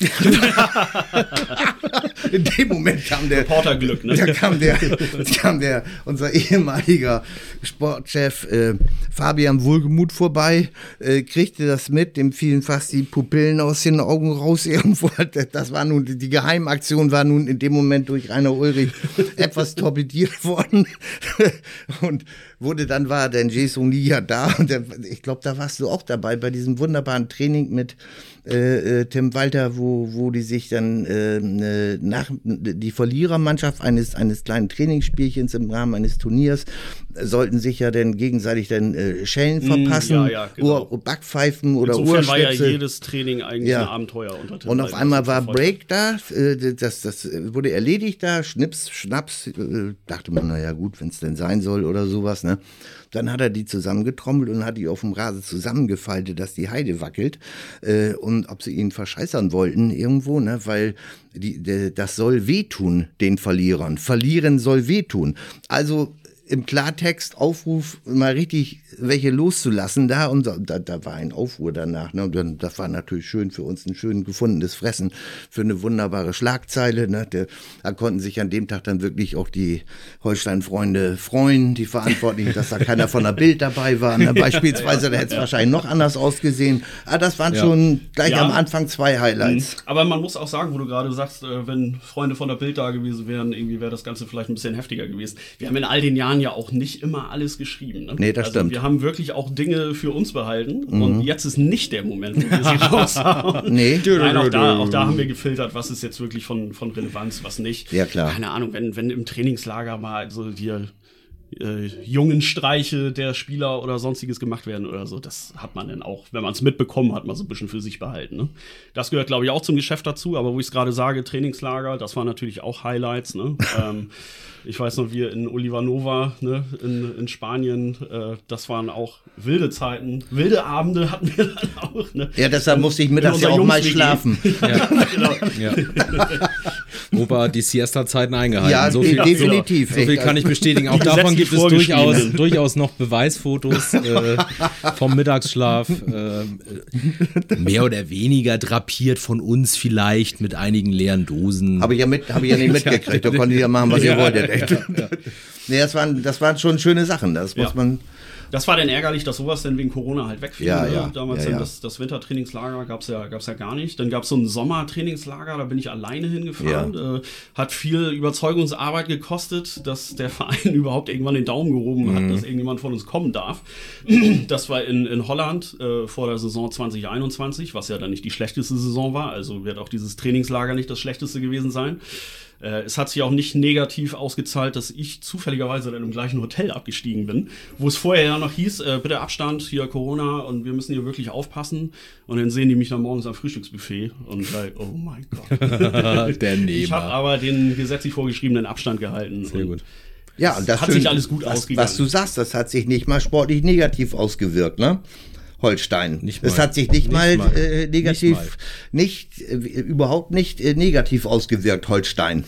Speaker 3: In dem Moment kam der,
Speaker 2: Porterglück, ne?
Speaker 3: da kam der, kam der unser ehemaliger Sportchef äh, Fabian Wohlgemut vorbei, äh, kriegte das mit, dem fielen fast die Pupillen aus den Augen raus irgendwo. Das war nun, die Geheimaktion war nun in dem Moment durch Rainer Ulrich etwas torpediert worden und wurde dann war dann Jason Lee ja da und der, ich glaube, da warst du auch dabei bei diesem wunderbaren Training mit äh, äh, Tim Walter, wo, wo die sich dann äh, ne, nach die Verlierermannschaft eines, eines kleinen Trainingsspielchens im Rahmen eines Turniers äh, sollten sich ja dann gegenseitig dann äh, Schellen verpassen,
Speaker 2: ja, ja, genau.
Speaker 3: Ohr, Backpfeifen oder
Speaker 2: Insofern war ja
Speaker 3: Ohrstöpsel.
Speaker 2: jedes Training eigentlich
Speaker 3: Ja.
Speaker 2: ein Abenteuer unter Tim
Speaker 3: und auf
Speaker 2: Walter.
Speaker 3: einmal
Speaker 2: Das
Speaker 3: war
Speaker 2: verfolgt.
Speaker 3: Break da, äh, das, das wurde erledigt da, Schnips, Schnaps, äh, dachte man, naja gut, wenn es denn sein soll oder sowas. Ne? Dann hat er die zusammengetrommelt und hat die auf dem Rasen zusammengefaltet, dass die Heide wackelt. Äh, Und ob sie ihn verscheißern wollten irgendwo, ne? weil die, de- das soll wehtun den Verlierern. Verlieren soll wehtun. Also im Klartext Aufruf, mal richtig welche loszulassen da. Und da, da- da war ein Aufruhr danach. Ne? Und dann, das war natürlich schön für uns, ein schön gefundenes Fressen für eine wunderbare Schlagzeile. Ne? Der, da konnten sich an dem Tag dann wirklich auch die Holstein-Freunde freuen, die Verantwortlichen, dass da keiner von der Bild dabei war. Ne? Beispielsweise, da hätte es wahrscheinlich noch anders ausgesehen. Aber das waren
Speaker 1: Ja.
Speaker 3: schon gleich
Speaker 2: Ja. Mhm.
Speaker 3: am Anfang zwei Highlights.
Speaker 2: Aber man muss auch sagen, wo du gerade sagst, äh, wenn Freunde von der Bild da gewesen wären, irgendwie wäre das Ganze vielleicht ein bisschen heftiger gewesen. Wir haben in all den Jahren waren ja auch nicht immer alles geschrieben. Ne?
Speaker 3: Nee, das
Speaker 2: also
Speaker 3: stimmt. Mhm.
Speaker 2: Wir haben wirklich auch Dinge für uns behalten und jetzt ist nicht der Moment, wo wir sie raushauen.
Speaker 3: Nee.
Speaker 2: Nein, auch da, auch da haben wir gefiltert, was ist jetzt wirklich von, von Relevanz, was nicht.
Speaker 3: Ja, klar.
Speaker 2: Keine Ahnung, wenn, wenn im Trainingslager mal so die äh, jungen Streiche der Spieler oder sonstiges gemacht werden oder so, das hat man dann auch, wenn man es mitbekommen hat, mal so ein bisschen für sich behalten. Ne? Das gehört, glaube ich, auch zum Geschäft dazu, aber wo ich es gerade sage, Trainingslager, das waren natürlich auch Highlights. Ne? ähm, ich weiß noch, wir in Olivanova ne, in, in Spanien, äh, das waren auch wilde Zeiten, wilde Abende hatten wir dann auch. Ne?
Speaker 3: Ja, deshalb musste ich
Speaker 2: In
Speaker 3: mittags ja
Speaker 2: unserer
Speaker 3: auch mal
Speaker 2: Jungs-WG.
Speaker 3: schlafen.
Speaker 2: genau.
Speaker 1: Ja. Opa hat die Siesta-Zeiten eingehalten.
Speaker 3: Ja,
Speaker 1: so viel,
Speaker 3: de- definitiv,
Speaker 1: So, so viel
Speaker 3: echt. Also
Speaker 1: kann ich bestätigen. Auch
Speaker 2: Die
Speaker 1: davon
Speaker 2: gesetzlich
Speaker 1: gibt es durchaus,
Speaker 2: vorgeschriebenen.
Speaker 1: durchaus noch Beweisfotos äh, vom Mittagsschlaf. Äh, mehr oder weniger drapiert von uns vielleicht mit einigen leeren Dosen.
Speaker 3: Habe ich ja mit, habe ich ja nicht mitgekriegt. Da konntet ihr ja machen, was ihr wolltet. Echt. Nee, das waren, das waren schon schöne Sachen. Das muss
Speaker 2: Ja.
Speaker 3: man.
Speaker 2: Das war dann ärgerlich, dass sowas dann wegen Corona halt wegfiel.
Speaker 3: Ja,
Speaker 2: ne?
Speaker 3: ja,
Speaker 2: Damals
Speaker 3: ja,
Speaker 2: dann
Speaker 3: ja.
Speaker 2: Das, das Wintertrainingslager gab's ja, gab's ja gar nicht. Dann gab's so ein Sommertrainingslager, da bin ich alleine hingefahren. Äh, hat viel Überzeugungsarbeit gekostet, dass der Verein überhaupt irgendwann den Daumen gehoben hat, dass irgendjemand von uns kommen darf. Das war in, in Holland äh, vor der Saison 2021, was ja dann nicht die schlechteste Saison war. Also wird auch dieses Trainingslager nicht das schlechteste gewesen sein. Äh, Es hat sich auch nicht negativ ausgezahlt, dass ich zufälligerweise dann im gleichen Hotel abgestiegen bin, wo es vorher ja noch hieß, äh, bitte Abstand, hier Corona und wir müssen hier wirklich aufpassen. Und dann sehen die mich dann morgens am Frühstücksbuffet und like, oh mein Gott.
Speaker 1: der
Speaker 2: ich habe
Speaker 1: Nehmer.
Speaker 2: aber den gesetzlich vorgeschriebenen Abstand gehalten.
Speaker 1: Sehr gut.
Speaker 3: Ja, und das
Speaker 2: Hat
Speaker 3: schön-
Speaker 2: sich alles gut
Speaker 3: was,
Speaker 2: ausgegangen.
Speaker 3: was du sagst, das hat sich nicht mal sportlich negativ ausgewirkt, ne? Holstein.
Speaker 1: Nicht
Speaker 3: Es
Speaker 1: mal.
Speaker 3: hat sich nicht,
Speaker 1: Nicht
Speaker 3: mal,
Speaker 1: mal.
Speaker 3: Äh,
Speaker 1: Nicht
Speaker 3: negativ,
Speaker 1: mal.
Speaker 3: nicht, äh, überhaupt nicht äh, negativ ausgewirkt, Holstein.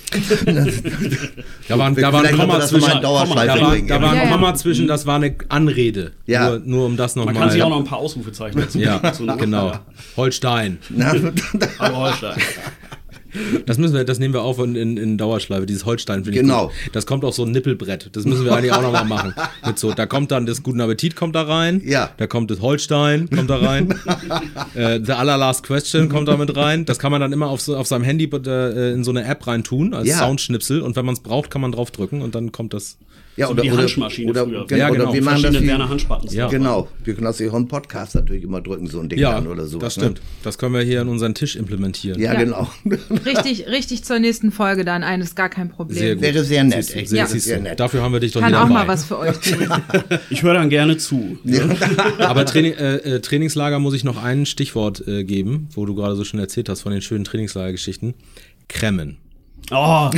Speaker 1: Da war, da war ein
Speaker 3: Vielleicht haben wir
Speaker 1: Komma
Speaker 3: das nochmal
Speaker 1: zwischen.
Speaker 3: in Dauerschleife
Speaker 1: Da war,
Speaker 3: bringen.
Speaker 1: da war
Speaker 4: Ja,
Speaker 1: ein
Speaker 4: ja.
Speaker 1: Komma zwischen, das war eine Anrede.
Speaker 3: Ja.
Speaker 1: Nur, nur um das
Speaker 2: Und Man kann sich auch noch
Speaker 1: nochmal.
Speaker 2: ne? ein paar Ausrufezeichen dazu
Speaker 1: Ja,
Speaker 2: dazu noch-
Speaker 1: genau. Holstein.
Speaker 3: Na,
Speaker 2: Hallo Holstein.
Speaker 1: Das müssen wir, das nehmen wir auf in, in, in Dauerschleife, dieses Holstein finde
Speaker 3: Genau.
Speaker 1: ich. Gut. Das kommt auf so ein Nippelbrett. Das müssen wir eigentlich auch nochmal machen. Mit so, da kommt dann das Guten Appetit kommt da rein.
Speaker 3: Ja.
Speaker 1: Da kommt das Holstein, kommt da rein. äh, the allerlast question kommt da mit rein. Das kann man dann immer auf, so, auf seinem Handy äh, in so eine App reintun, als
Speaker 3: Ja.
Speaker 1: Soundschnipsel. Und wenn man es braucht, kann man draufdrücken und dann kommt das.
Speaker 3: ja,
Speaker 2: So wie die Handschmaschine
Speaker 3: oder,
Speaker 2: früher.
Speaker 3: gen-
Speaker 1: Ja, genau.
Speaker 3: oder wir machen das
Speaker 2: Verschiedene
Speaker 3: wie,
Speaker 2: Werner Hanschbattens.
Speaker 1: Ja.
Speaker 3: Genau, wir können das hier im Podcast natürlich immer drücken, so ein Ding
Speaker 1: Ja,
Speaker 3: an oder so.
Speaker 1: das stimmt. Das können wir hier an unseren Tisch implementieren.
Speaker 3: Ne? Ja,
Speaker 4: Ja.
Speaker 3: genau.
Speaker 4: Richtig, richtig zur nächsten Folge dann ein, ist gar kein Problem.
Speaker 1: Sehr gut.
Speaker 3: Wäre sehr nett,
Speaker 1: Siehst du,
Speaker 3: echt.
Speaker 1: sehr,
Speaker 3: Ja.
Speaker 1: siehst du.
Speaker 3: Sehr nett.
Speaker 1: Dafür haben wir dich doch
Speaker 4: Kann
Speaker 1: hier
Speaker 4: auch
Speaker 1: dabei.
Speaker 4: mal was für euch tun.
Speaker 2: Ich höre dann gerne zu. ne?
Speaker 1: Aber Training, äh, äh, Trainingslager muss ich noch ein Stichwort äh, geben, wo du gerade so schön erzählt hast von den schönen Trainingslagergeschichten. Kremmen.
Speaker 2: Oh,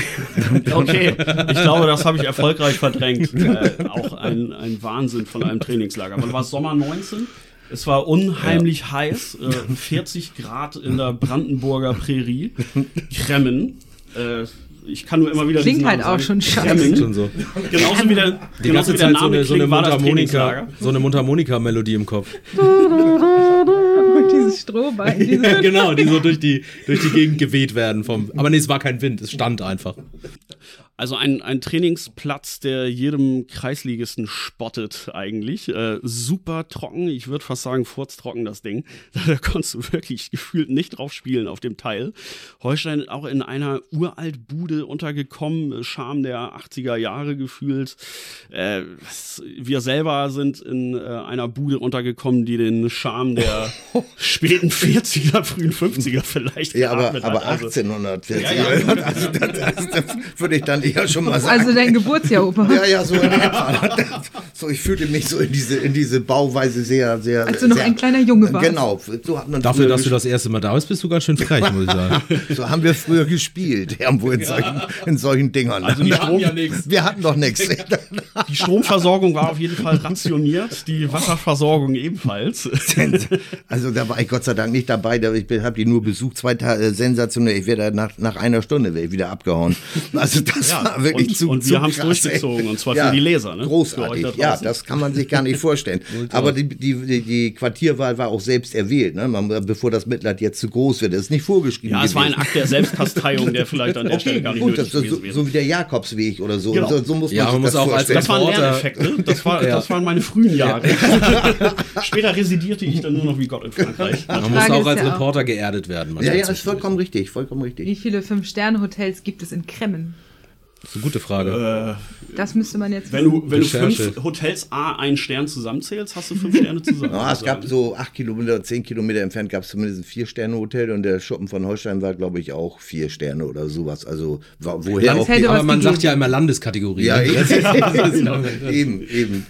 Speaker 2: okay. Ich glaube, das habe ich erfolgreich verdrängt. Äh, auch ein, ein Wahnsinn von einem Trainingslager. Wann war es Sommer 19? Es war unheimlich heiß, äh, 40 Grad in der Brandenburger Prärie. Kremmen. Äh, ich kann nur immer wieder
Speaker 4: Klingt
Speaker 2: diesen
Speaker 4: halt
Speaker 2: Namen
Speaker 4: auch
Speaker 2: sagen.
Speaker 4: schon scheiße.
Speaker 2: Kremmen.
Speaker 1: Schon so.
Speaker 2: Genauso wie der,
Speaker 1: Die ganze
Speaker 2: genauso wie der
Speaker 1: Zeit so
Speaker 2: Name
Speaker 1: eine, so eine
Speaker 2: klingt, war das
Speaker 1: Mundharmonika,
Speaker 2: Trainingslager.
Speaker 1: so eine Mundharmonika-Melodie im Kopf.
Speaker 4: Und dieses Strohbein, dieses
Speaker 1: genau, die so durch die, durch die Gegend geweht werden vom. Aber nee, es war kein Wind, es stand einfach.
Speaker 2: Also ein, ein Trainingsplatz, der jedem Kreisligisten spottet eigentlich. Äh, super trocken, ich würde fast sagen furztrocken das Ding. Da konntest du wirklich gefühlt nicht drauf spielen auf dem Teil. Holstein auch in einer uralt Bude untergekommen, äh, Charme der 80er Jahre gefühlt. Äh, was- wir selber sind in äh, einer Bude untergekommen, die den Charme der späten 40er, frühen 50er vielleicht
Speaker 3: Ja, aber,
Speaker 2: geatmet
Speaker 3: aber
Speaker 2: hat. Also-
Speaker 3: 1840.
Speaker 2: Ja, ja.
Speaker 3: Also, das, das, das würde ich dann eher schon mal sagen.
Speaker 4: Also dein Geburtsjahr, Opa.
Speaker 3: ja, ja, so in etwa. So, ich fühlte mich so in diese, in diese Bauweise sehr, sehr.
Speaker 4: Als du noch
Speaker 3: sehr,
Speaker 4: ein kleiner Junge warst.
Speaker 3: Genau. So, hat man
Speaker 1: Dafür,
Speaker 3: früher
Speaker 1: dass du das erste Mal da bist, bist du ganz schön frech, muss ich sagen.
Speaker 3: gespielt. so haben wir früher gespielt, irgendwo in, solchen, in solchen Dingern. Also
Speaker 2: die hatten ja nichts.
Speaker 3: Wir hatten doch nichts.
Speaker 2: Die Stromversorgung war auf jeden Fall rationiert, die Wasserversorgung ebenfalls.
Speaker 3: Also da war ich Gott sei Dank nicht dabei, da ich habe die nur besucht, zwei Tage sensationell. Ich wäre da nach, nach einer Stunde wär ich wieder abgehauen. Also das war wirklich
Speaker 2: und-
Speaker 3: zu
Speaker 2: und wir
Speaker 3: zu
Speaker 2: haben's
Speaker 3: krass,
Speaker 2: durchgezogen, und zwar für die Leser, ne?
Speaker 3: Großartig.
Speaker 2: Für euch da
Speaker 3: ja,
Speaker 2: draußen.
Speaker 3: das kann man sich gar nicht vorstellen. Aber die, die, die, die Quartierwahl war auch selbst erwählt, ne? man, bevor das Mitleid jetzt zu groß wird. Das ist nicht vorgeschrieben.
Speaker 2: Ja, es war ein
Speaker 3: gewesen.
Speaker 2: Akt der Selbstkasteiung, der vielleicht an der Stelle gar nicht
Speaker 3: Gut, das,
Speaker 2: nötig
Speaker 3: so,
Speaker 2: gewesen wäre.
Speaker 3: so wie der Jakobsweg oder so.
Speaker 2: Genau.
Speaker 3: So, so muss man
Speaker 1: Ja,
Speaker 3: sich
Speaker 1: man muss
Speaker 3: das
Speaker 1: auch als-
Speaker 3: vorstellen.
Speaker 2: das war ein
Speaker 1: Worte-
Speaker 2: Lerneffekt, ne? Das, war,
Speaker 1: Ja.
Speaker 2: das waren meine frühen Jahre. Später residierte ich dann nur noch wie Gott in Frankreich.
Speaker 1: Man muss
Speaker 4: Frage
Speaker 1: auch
Speaker 4: ist
Speaker 1: als
Speaker 4: ja auch-
Speaker 1: Reporter geerdet werden.
Speaker 3: ja, ja, ist vollkommen richtig, vollkommen richtig.
Speaker 4: Wie viele Fünf-Sterne-Hotels gibt es in Kremmen?
Speaker 1: Das ist eine gute Frage.
Speaker 4: Äh, das müsste man jetzt
Speaker 2: Wenn du, wenn du fünf Hotels A einen Stern zusammenzählst, hast du fünf Sterne zusammen.
Speaker 3: ja, Ah, es gab so acht Kilometer, zehn Kilometer entfernt gab es zumindest ein Vier-Sterne-Hotel und der Schuppen von Holstein war, glaube ich, auch vier Sterne oder sowas. Also woher
Speaker 1: auch die, Aber man gegeben. sagt ja immer Landeskategorie.
Speaker 3: Ja, ne? eben, eben.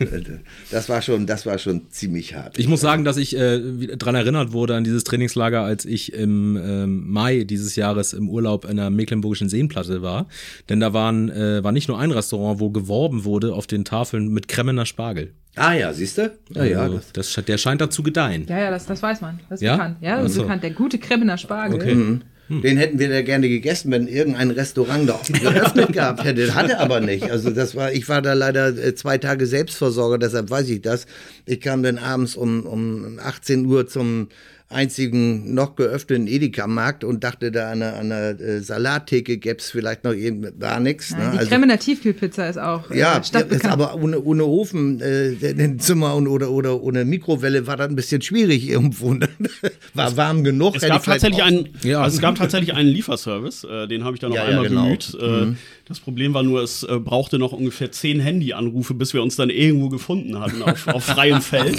Speaker 3: Das war schon, das war schon ziemlich hart.
Speaker 1: Ich muss sagen, dass ich äh, daran erinnert wurde an dieses Trainingslager, als ich im äh, Mai dieses Jahres im Urlaub in der Mecklenburgischen Seenplatte war. Denn da waren, äh, war nicht nur ein Restaurant, wo geworben wurde auf den Tafeln mit Kremmener Spargel.
Speaker 3: Ah ja, siehst du?
Speaker 1: Ja, ja, also, das, der scheint dazu gedeihen.
Speaker 4: Ja, ja, das, das weiß man. Das ist ja? bekannt. Ja, das ist also. bekannt. Der gute Kremmener Spargel.
Speaker 3: Okay. Mhm. Hm. Den hätten wir da gerne gegessen, wenn irgendein Restaurant da offen geöffnet gehabt hätte. Hatte aber nicht. Also das war, ich war da leider äh, zwei Tage Selbstversorger, deshalb weiß ich das. Ich kam dann abends um, um 18 Uhr zum einzigen noch geöffneten Edeka-Markt und dachte, da an einer, an einer Salattheke gäbe es vielleicht noch eben, war nix.
Speaker 4: Ja,
Speaker 3: ne?
Speaker 4: Die also, Kremener Tiefkühlpizza ist auch äh,
Speaker 3: Ja, ist aber ohne, ohne Ofen, äh, Zimmer und, oder, oder ohne Mikrowelle war das ein bisschen schwierig irgendwo. ne? war warm genug.
Speaker 2: Es gab, tatsächlich einen, ja. also es gab tatsächlich einen Lieferservice, äh, den habe ich dann noch ja, einmal ja, genau. bemüht. Äh, mhm. Das Problem war nur, es äh, brauchte noch ungefähr zehn Handyanrufe, bis wir uns dann irgendwo gefunden hatten, auf, auf freiem Feld.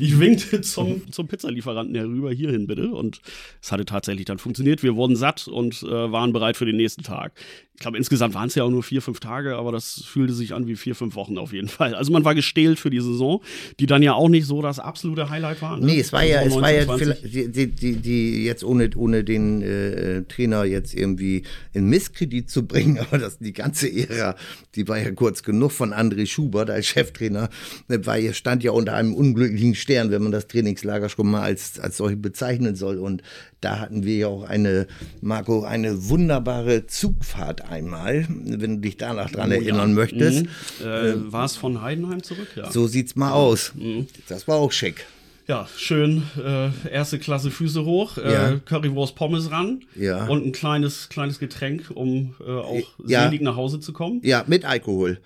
Speaker 2: ich winkte zum, zum Pizzalieferanten herüber, hierhin bitte. Und es hatte tatsächlich dann funktioniert. Wir wurden satt und äh, waren bereit für den nächsten Tag. Ich glaube, insgesamt waren es ja auch nur vier, fünf Tage, aber das fühlte sich an wie vier, fünf Wochen auf jeden Fall. Also man war gestählt für die Saison, die dann ja auch nicht so das absolute Highlight war.
Speaker 3: Ne? Nee, es war ja, es war ja die, die, die, jetzt ohne, ohne den äh, Trainer jetzt irgendwie in Misskredit zu bringen, aber das, die ganze Ära, die war ja kurz genug von André Schubert als Cheftrainer, war, stand ja unter einem unglücklichen Stern, wenn man das Trainingslager schon mal als, als solche bezeichnen soll. Und da hatten wir ja auch eine, Marco, eine wunderbare Zugfahrt einmal, wenn du dich danach dran oh, erinnern ja. möchtest. Mhm.
Speaker 2: Äh, ähm, war es von Heidenheim zurück? Ja.
Speaker 3: So sieht's mal aus. Mhm. Das war auch schick
Speaker 2: ja, schön äh, erste Klasse Füße hoch, äh, ja. Currywurst Pommes ran ja. und ein kleines, kleines Getränk, um äh, auch
Speaker 3: ja.
Speaker 2: selig nach Hause zu kommen.
Speaker 3: Ja, mit Alkohol.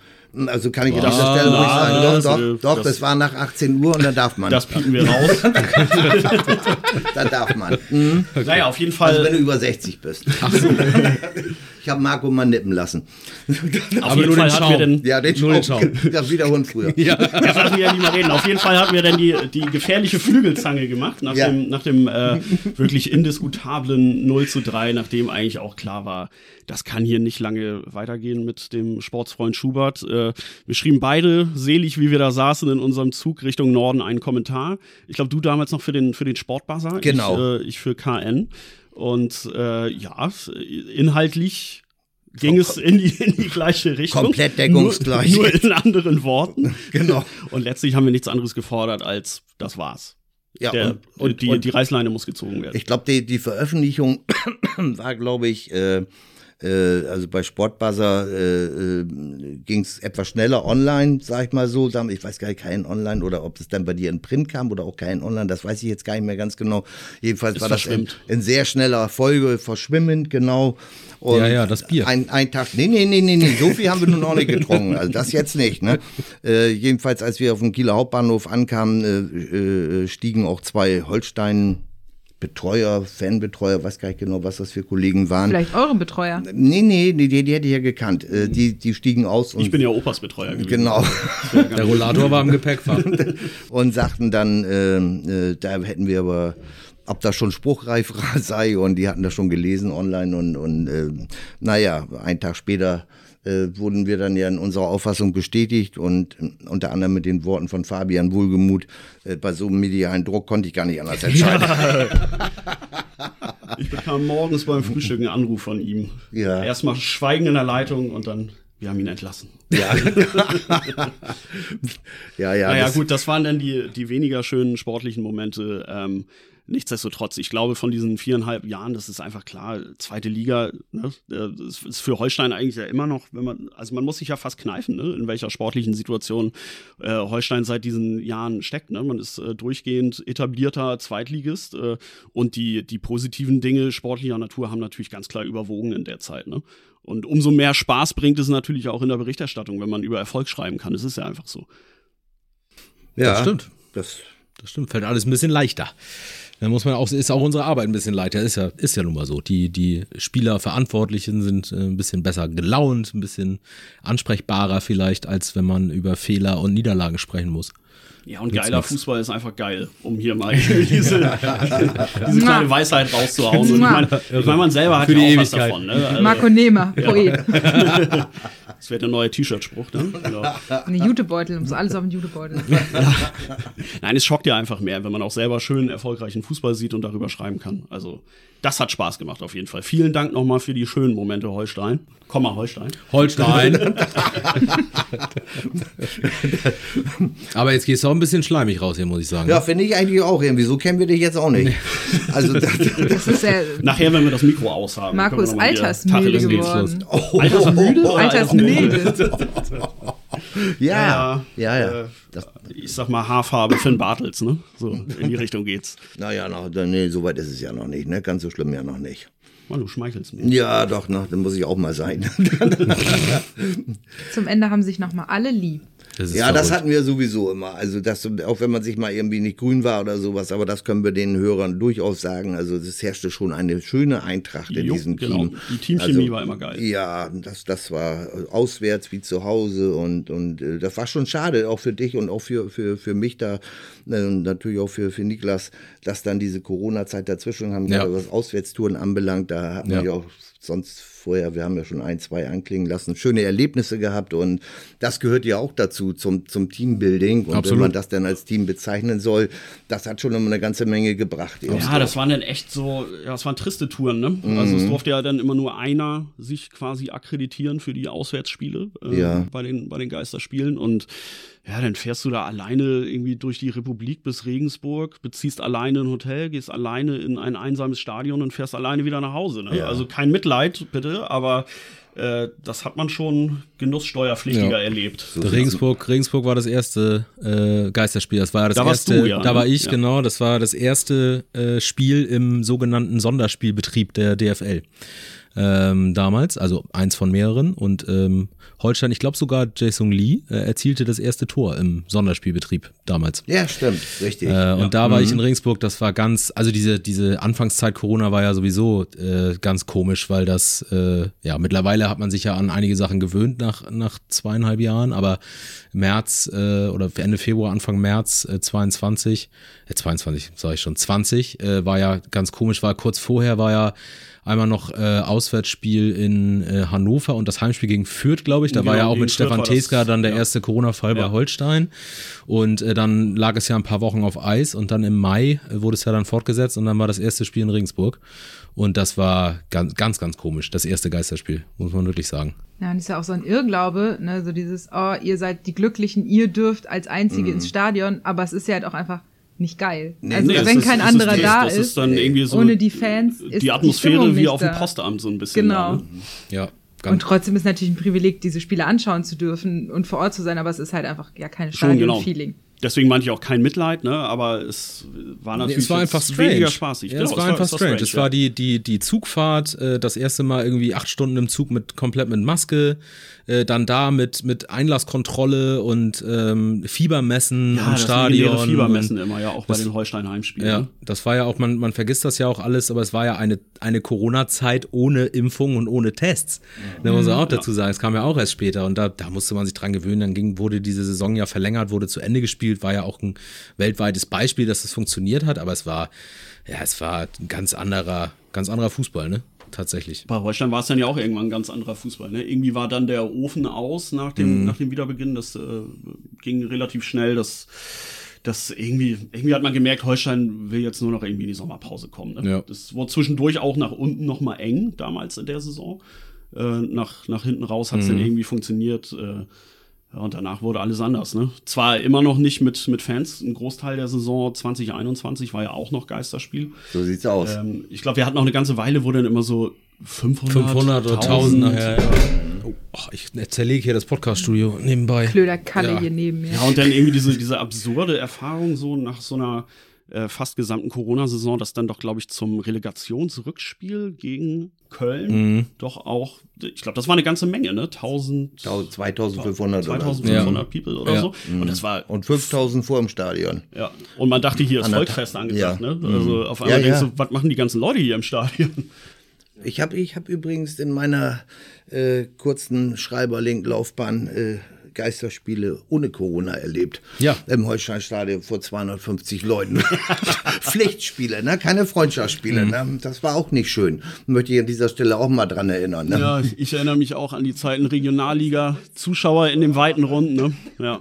Speaker 3: Also kann ich an dieser Stelle ruhig sagen. Doch, doch, doch das, das, war nach 18 Uhr und dann darf man.
Speaker 2: Das piepen wir raus.
Speaker 3: dann darf man. Mhm.
Speaker 2: Okay. Naja, auf jeden Fall.
Speaker 3: Also wenn du über 60 bist. Ach so. Ich habe Marco mal nippen lassen.
Speaker 2: Auf Aber jeden Fall hatten wir dann.
Speaker 3: Ja, den Schaum. Schaum. Das wiederholen früher.
Speaker 2: Ja, das lassen wir ja nicht mehr reden. Auf jeden Fall hatten wir dann die, die gefährliche Flügelzange gemacht, nach ja. dem, nach dem äh, wirklich indiskutablen 0 zu 3, nachdem eigentlich auch klar war, das kann hier nicht lange weitergehen mit dem Sportsfreund Schubert. Äh, wir schrieben beide, selig wie wir da saßen in unserem Zug Richtung Norden, einen Kommentar. Ich glaube, du damals noch für den, für den Sportbasar.
Speaker 3: Genau.
Speaker 2: ich, äh, ich für KN. Und äh, ja, inhaltlich ging Kom es in die, in die, gleiche Richtung.
Speaker 3: Komplett deckungsgleich.
Speaker 2: Nur, nur in anderen Worten.
Speaker 3: genau.
Speaker 2: Und letztlich haben wir nichts anderes gefordert als, das war's.
Speaker 3: Ja,
Speaker 2: Der, und, und, die, und, die, Reißleine muss gezogen werden.
Speaker 3: Ich glaube, die, die Veröffentlichung war, glaube ich, äh, also bei Sportbuzzer äh, äh, ging es etwas schneller online, sag ich mal so. Ich weiß gar nicht, kein Online oder ob es dann bei dir in Print kam oder auch kein Online, das weiß ich jetzt gar nicht mehr ganz genau. Jedenfalls
Speaker 2: es
Speaker 3: war das in,
Speaker 2: verschwimmt.
Speaker 3: in sehr schneller Folge verschwimmend, genau.
Speaker 1: Und ja, ja, das Bier.
Speaker 3: Ein, ein Tag, nee, nee, nee, nee, nee, so viel haben wir nun auch nicht getrunken, also das jetzt nicht. Ne? Äh, jedenfalls, als wir auf dem Kieler Hauptbahnhof ankamen, äh, äh, stiegen auch zwei Holstein- Betreuer, Fanbetreuer, weiß gar nicht genau, was das für Kollegen waren.
Speaker 4: Vielleicht euren Betreuer?
Speaker 3: Nee, nee, die, die, die hätte ich ja gekannt. Mhm. Die, die stiegen aus.
Speaker 2: ich bin ja Opas Betreuer gewesen.
Speaker 3: Genau.
Speaker 1: Ja Der Rollator war im Gepäckfach.
Speaker 3: und sagten dann, äh, äh, da hätten wir aber ob das schon spruchreif sei und die hatten das schon gelesen online und, und äh, naja, einen Tag später äh, wurden wir dann ja in unserer Auffassung bestätigt und äh, unter anderem mit den Worten von Fabian Wohlgemut, äh, bei so einem medialen Druck konnte ich gar nicht anders entscheiden.
Speaker 2: ich bekam morgens beim Frühstück einen Anruf von ihm.
Speaker 3: Ja.
Speaker 2: Erstmal Schweigen in der Leitung und dann wir haben ihn entlassen.
Speaker 3: Ja,
Speaker 2: ja, ja. Naja, das gut, das waren dann die, die weniger schönen sportlichen Momente. Ähm, nichtsdestotrotz, ich glaube, von diesen viereinhalb Jahren, das ist einfach klar, zweite Liga ne, ist für Holstein eigentlich ja immer noch, wenn man, also man muss sich ja fast kneifen, ne, in welcher sportlichen Situation äh, Holstein seit diesen Jahren steckt. Ne? Man ist äh, durchgehend etablierter Zweitligist äh, und die, die positiven Dinge sportlicher Natur haben natürlich ganz klar überwogen in der Zeit. Ne? Und umso mehr Spaß bringt es natürlich auch in der Berichterstattung, wenn man über Erfolg schreiben kann. Das ist ja einfach so.
Speaker 1: Ja, das stimmt.
Speaker 3: Das,
Speaker 1: das stimmt, fällt alles ein bisschen leichter. Dann muss man auch, ist auch unsere Arbeit ein bisschen leichter. Ist ja, ist ja nun mal so. Die, die Spielerverantwortlichen sind äh, ein bisschen besser gelaunt, ein bisschen ansprechbarer vielleicht, als wenn man über Fehler und Niederlagen sprechen muss.
Speaker 2: Ja, und geiler Fußball ist einfach geil, um hier mal diese, diese kleine Weisheit rauszuhauen. Und ich meine, ich mein, man selber hat
Speaker 1: Für
Speaker 2: ja auch
Speaker 1: die
Speaker 2: was
Speaker 1: Ewigkeit.
Speaker 2: davon. Ne? Also,
Speaker 4: Marco Nehmer, Poet.
Speaker 2: das wäre der neue T-Shirt-Spruch. Ne? Genau.
Speaker 4: Ein Jutebeutel, muss alles auf den Jutebeutel.
Speaker 2: Nein, es schockt ja einfach mehr, wenn man auch selber schön erfolgreichen Fußball sieht und darüber schreiben kann. Also, das hat Spaß gemacht auf jeden Fall. Vielen Dank nochmal für die schönen Momente, Holstein. Komma, Holstein.
Speaker 1: Holstein. Aber jetzt gehst du auch ein bisschen schleimig raus hier, muss ich sagen.
Speaker 3: Ja, finde ich eigentlich auch irgendwie. So kennen wir dich jetzt auch nicht. Also, das,
Speaker 4: Das ist ja,
Speaker 2: Nachher, wenn wir das Mikro aushaben.
Speaker 4: Marco
Speaker 2: können wir
Speaker 4: ist
Speaker 2: noch mal hier
Speaker 4: altersmüde
Speaker 2: Tacheles reden.
Speaker 4: geworden.
Speaker 2: Altersmüde? oder
Speaker 4: Altersmüde.
Speaker 3: ja, ja, ja.
Speaker 2: äh,
Speaker 3: Das,
Speaker 2: Ich sag mal Haarfarbe Finn Bartels, ne? So, in die Richtung geht's.
Speaker 3: naja, na, dann, nee, so weit ist es ja noch nicht. Ne? Ganz so schlimm ja noch nicht.
Speaker 2: Mann, du schmeichelst mir.
Speaker 3: Ja, doch, na, dann muss ich auch mal sein.
Speaker 4: Zum Ende haben sich nochmal alle lieb.
Speaker 1: Das ist
Speaker 3: ja, das
Speaker 1: verrückt.
Speaker 3: hatten wir sowieso immer. Also das, auch wenn man sich mal irgendwie nicht grün war oder sowas, aber das können wir den Hörern durchaus sagen. Also es herrschte schon eine schöne Eintracht in
Speaker 2: Jo,
Speaker 3: diesem
Speaker 2: genau.
Speaker 3: Team. Also,
Speaker 2: Die Teamchemie war immer geil.
Speaker 3: Ja, das, das war äh, auswärts wie zu Hause und, und äh, das war schon schade, auch für dich und auch für, für, für mich da, äh, und natürlich auch für, für Niklas, dass dann diese Corona-Zeit dazwischen haben,
Speaker 1: Ja.
Speaker 3: gerade was Auswärtstouren anbelangt, da hat man
Speaker 1: Ja.
Speaker 3: ja auch sonst vorher, wir haben ja schon ein, zwei anklingen lassen, schöne Erlebnisse gehabt und das gehört ja auch dazu, zum, zum Teambuilding. Und
Speaker 1: Absolut.
Speaker 3: wenn man das dann als Team bezeichnen soll, das hat schon immer eine ganze Menge gebracht.
Speaker 2: Ja, das waren dann echt so, ja, das waren triste Touren, ne?
Speaker 3: Mhm.
Speaker 2: Also es durfte ja dann immer nur einer sich quasi akkreditieren für die Auswärtsspiele äh,
Speaker 3: Ja.
Speaker 2: bei, den, bei den Geisterspielen. Und ja, dann fährst du da alleine irgendwie durch die Republik bis Regensburg, beziehst alleine ein Hotel, gehst alleine in ein einsames Stadion und fährst alleine wieder nach Hause. Ne?
Speaker 3: Ja.
Speaker 2: Also kein Mitleid, bitte, aber äh, das hat man schon
Speaker 1: Ja.
Speaker 2: genusssteuerpflichtiger erlebt.
Speaker 1: Regensburg, Regensburg war das erste äh, Geisterspiel. Das war ja das
Speaker 2: Da warst
Speaker 1: erste.
Speaker 2: du, ja,
Speaker 1: da
Speaker 2: ne?
Speaker 1: war ich,
Speaker 2: Ja.
Speaker 1: genau. Das war das erste äh, Spiel im sogenannten Sonderspielbetrieb der DFL. Ähm, damals, also eins von mehreren. Und ähm, Holstein, ich glaube sogar Jason Lee, äh, erzielte das erste Tor im Sonderspielbetrieb damals.
Speaker 3: Ja, stimmt, richtig.
Speaker 1: Äh, und da war ich in Regensburg, das war ganz, also diese, diese Anfangszeit Corona war ja sowieso äh, ganz komisch, weil das, äh, ja, mittlerweile hat man sich ja an einige Sachen gewöhnt nach, nach zweieinhalb Jahren, aber März äh, oder Ende Februar, Anfang März äh, 22, äh, 22 sage ich schon, 20, äh, war ja ganz komisch, war kurz vorher war ja einmal noch äh, Auswärtsspiel in äh, Hannover und das Heimspiel gegen Fürth, glaube ich, da war
Speaker 2: Genau,
Speaker 1: ja auch
Speaker 2: gegen
Speaker 1: mit
Speaker 2: Fürth
Speaker 1: Stefan
Speaker 2: war das-
Speaker 1: Teska dann der
Speaker 2: ja.
Speaker 1: erste Corona-Fall bei
Speaker 2: Ja.
Speaker 1: Holstein. Und äh, dann lag es ja ein paar Wochen auf Eis und dann im Mai äh, wurde es ja dann fortgesetzt und dann war das erste Spiel in Regensburg. Und das war ganz, ganz, ganz komisch, das erste Geisterspiel, muss man wirklich sagen.
Speaker 4: Ja, und ist ja auch so ein Irrglaube, ne? so dieses, oh, ihr seid die Glücklichen, ihr dürft als
Speaker 2: Mhm.
Speaker 4: Einzige ins Stadion, aber es ist ja halt auch einfach nicht geil.
Speaker 3: Nee,
Speaker 4: also
Speaker 3: nee, es
Speaker 4: wenn
Speaker 2: ist-
Speaker 4: kein
Speaker 2: es
Speaker 4: anderer
Speaker 2: ist,
Speaker 4: da
Speaker 2: das
Speaker 4: ist,
Speaker 2: ist dann irgendwie so
Speaker 4: ohne die Fans ist die
Speaker 2: die Atmosphäre
Speaker 4: Stimmung
Speaker 2: wie
Speaker 4: nicht
Speaker 2: auf dem
Speaker 4: da.
Speaker 2: Postamt so ein bisschen. Da,
Speaker 4: genau.
Speaker 2: ne?
Speaker 1: Ja,
Speaker 4: Und
Speaker 1: ganz.
Speaker 4: trotzdem ist natürlich ein Privileg, diese Spiele anschauen zu dürfen und vor Ort zu sein, aber es ist halt einfach ja kein
Speaker 2: Schon, genau.
Speaker 4: Stadion-Feeling.
Speaker 2: Deswegen meinte ich auch kein Mitleid, ne? aber es war
Speaker 1: Nee,
Speaker 2: natürlich
Speaker 1: es war
Speaker 2: jetzt
Speaker 1: einfach strange.
Speaker 2: weniger spaßig.
Speaker 1: Ja,
Speaker 2: Genau,
Speaker 1: es war einfach
Speaker 2: war
Speaker 1: strange. Es war
Speaker 2: ja.
Speaker 1: die, die, die Zugfahrt, äh, das erste Mal irgendwie acht Stunden im Zug mit komplett mit Maske, äh, dann da mit, mit Einlasskontrolle und ähm, Fiebermessen
Speaker 2: ja,
Speaker 1: im
Speaker 2: das
Speaker 1: Stadion.
Speaker 2: legendäre Fiebermessen immer ja auch bei
Speaker 1: das-
Speaker 2: den Holstein Heimspielen.
Speaker 1: Ja,
Speaker 2: ne?
Speaker 1: das war ja auch, man, man vergisst das ja auch alles, aber es war ja eine, eine Corona-Zeit ohne Impfung und ohne Tests. Da muss man auch dazu sagen, es kam Mhm. ja auch erst später und da, da musste man sich dran gewöhnen. Dann ging, wurde diese Saison ja verlängert, wurde zu Ende gespielt, war ja auch ein weltweites Beispiel, dass das funktioniert hat, aber es war, ja, es war ein ganz anderer, ganz anderer Fußball, ne? Tatsächlich.
Speaker 2: Bei Holstein war es dann ja auch irgendwann ein ganz anderer Fußball. Ne? Irgendwie war dann der Ofen aus nach dem, nach dem Wiederbeginn. Das äh, ging relativ schnell. Das, das irgendwie, irgendwie hat man gemerkt, Holstein will jetzt nur noch irgendwie in die Sommerpause kommen. Ne?
Speaker 1: Ja.
Speaker 2: Das wurde zwischendurch auch nach unten nochmal eng, damals in der Saison. Äh, nach, nach hinten raus hat es dann irgendwie funktioniert. Äh, ja, und danach wurde alles anders. Ne? Zwar immer noch nicht mit, mit Fans. Ein Großteil der Saison 2021 war ja auch noch Geisterspiel.
Speaker 3: so sieht's aus.
Speaker 2: Ähm, ich glaube, wir hatten auch eine ganze Weile, wo dann immer so 500,
Speaker 1: 500 oder 1000
Speaker 2: 1000.
Speaker 1: nachher. Ja. Oh, ich zerlege hier das Podcast-Studio nebenbei.
Speaker 4: Klöder Kalle
Speaker 1: Ja.
Speaker 4: hier neben mir.
Speaker 2: Ja, und dann irgendwie diese, diese absurde Erfahrung so nach so einer äh, fast gesamten Corona-Saison das dann doch, glaube ich, zum Relegationsrückspiel gegen Köln
Speaker 1: Mhm.
Speaker 2: doch auch, ich glaube, das war eine ganze Menge, ne? 1000,
Speaker 3: 2500 oder Mhm.
Speaker 2: 2500 People oder
Speaker 1: Ja.
Speaker 2: so. Und das war
Speaker 3: Und 5000 vor dem Stadion.
Speaker 2: Ja, und man dachte, hier ist
Speaker 3: Anderthalb-
Speaker 2: Volkfest angesagt,
Speaker 3: ja. Mhm.
Speaker 2: ne? Also auf
Speaker 3: Ja,
Speaker 2: einmal denkst
Speaker 3: ja.
Speaker 2: du, was machen die ganzen Leute hier im Stadion?
Speaker 3: Ich habe ich hab übrigens in meiner äh, kurzen Schreiberling-Laufbahn äh, Geisterspiele ohne Corona erlebt.
Speaker 1: Ja.
Speaker 3: Im Holsteinstadion vor 250 Leuten. Pflichtspiele, ne? keine Freundschaftsspiele. Ne? Das war auch nicht schön. Möchte ich an dieser Stelle auch mal dran erinnern. Ne?
Speaker 2: Ja, ich, ich erinnere mich auch an die Zeiten Regionalliga, Zuschauer in den weiten Runden, ne? Ja.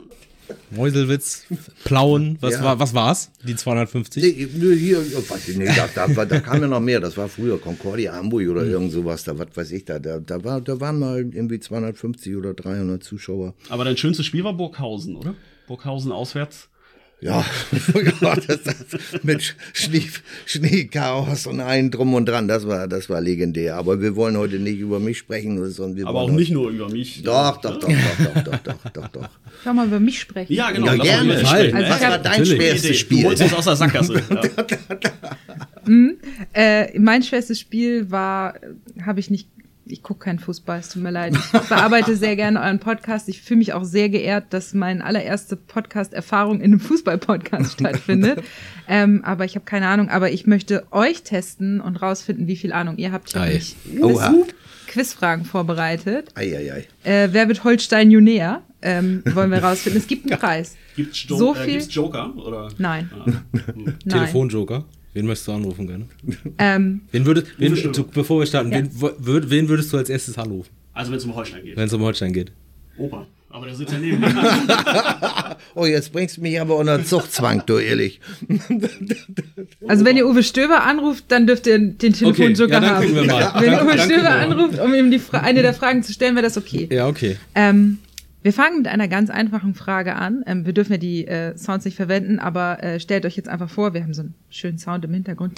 Speaker 1: Meuselwitz, Plauen, was,
Speaker 3: Ja.
Speaker 1: war, was war's? Die 250?
Speaker 3: Nee, nee, hier, ja, weiß ich nicht, da, da, war- da kam ja noch mehr, das war früher Concordia Hamburg oder irgend sowas, da was weiß ich da, da, da, war, da waren mal irgendwie 250 oder 300 Zuschauer.
Speaker 2: Aber dein schönstes Spiel war Burghausen, oder? Burghausen auswärts.
Speaker 3: Ja, ja, das, das, mit Schnee, Schneechaos und allem drum und dran, das war, das war legendär. Aber wir wollen heute nicht über mich sprechen, sondern wir
Speaker 2: Aber auch
Speaker 3: wollen heute,
Speaker 2: nicht nur über mich.
Speaker 3: Doch, doch, doch, doch, doch, doch, doch, doch, doch.
Speaker 4: Kann man über mich sprechen?
Speaker 2: Ja, genau.
Speaker 3: Ja,
Speaker 2: lass mal
Speaker 3: gerne.
Speaker 2: über dich
Speaker 1: Fall.
Speaker 2: sprechen,
Speaker 3: Was
Speaker 4: Also
Speaker 2: ey.
Speaker 4: ich hab-
Speaker 3: war dein
Speaker 1: Natürlich.
Speaker 3: schwerstes
Speaker 2: Du
Speaker 3: Spiel?
Speaker 2: holst uns aus der Sackgasse. Ja.
Speaker 4: Äh, mein schwerstes Spiel war, habe ich nicht, ich gucke keinen Fußball, es tut mir leid. Ich bearbeite sehr gerne euren Podcast. Ich fühle mich auch sehr geehrt, dass meine allererste Podcast-Erfahrung in einem Fußball-Podcast stattfindet. Ähm, aber ich habe keine Ahnung, aber ich möchte euch testen und rausfinden, wie viel Ahnung ihr habt. Ich habe
Speaker 1: Ei.
Speaker 4: mich
Speaker 3: Oha.
Speaker 4: Quiz- Quizfragen vorbereitet.
Speaker 3: Eieiei.
Speaker 4: Äh, wer wird Holstein Junea? Ähm, wollen wir rausfinden. Es gibt einen Preis.
Speaker 2: Gibt's, jo
Speaker 4: So
Speaker 2: äh,
Speaker 4: viel-
Speaker 2: gibt's Joker? Oder?
Speaker 4: Nein.
Speaker 2: Ah.
Speaker 4: Nein.
Speaker 1: Telefonjoker? Wen möchtest du anrufen gerne?
Speaker 4: Ähm,
Speaker 1: Wen würdest, wen,
Speaker 2: Stimme.
Speaker 1: du, bevor wir starten,
Speaker 4: Ja.
Speaker 1: wen, wo- würd, wen würdest du als erstes anrufen,
Speaker 2: Also wenn es um Holstein geht.
Speaker 1: wenn es um Holstein geht?
Speaker 2: Opa. Aber der sitzt ja neben mir.
Speaker 3: Oh, jetzt bringst du mich aber unter Zuchtzwang, du ehrlich.
Speaker 4: Also wenn ihr Uwe Stöber anruft, dann dürft ihr den
Speaker 1: Okay,
Speaker 4: Telefonjoker
Speaker 1: ja, dann
Speaker 4: haben.
Speaker 1: gucken wir mal.
Speaker 4: Wenn
Speaker 1: Dann-
Speaker 4: Uwe
Speaker 1: dann
Speaker 4: Stöber
Speaker 1: gucken wir mal.
Speaker 4: anruft, um ihm die Fra eine der Fragen zu stellen, wäre das okay.
Speaker 1: Ja, okay.
Speaker 4: Ähm, wir fangen mit einer ganz einfachen Frage an. Ähm, wir dürfen ja die äh, Sounds nicht verwenden, aber äh, stellt euch jetzt einfach vor, wir haben so einen schönen Sound im Hintergrund.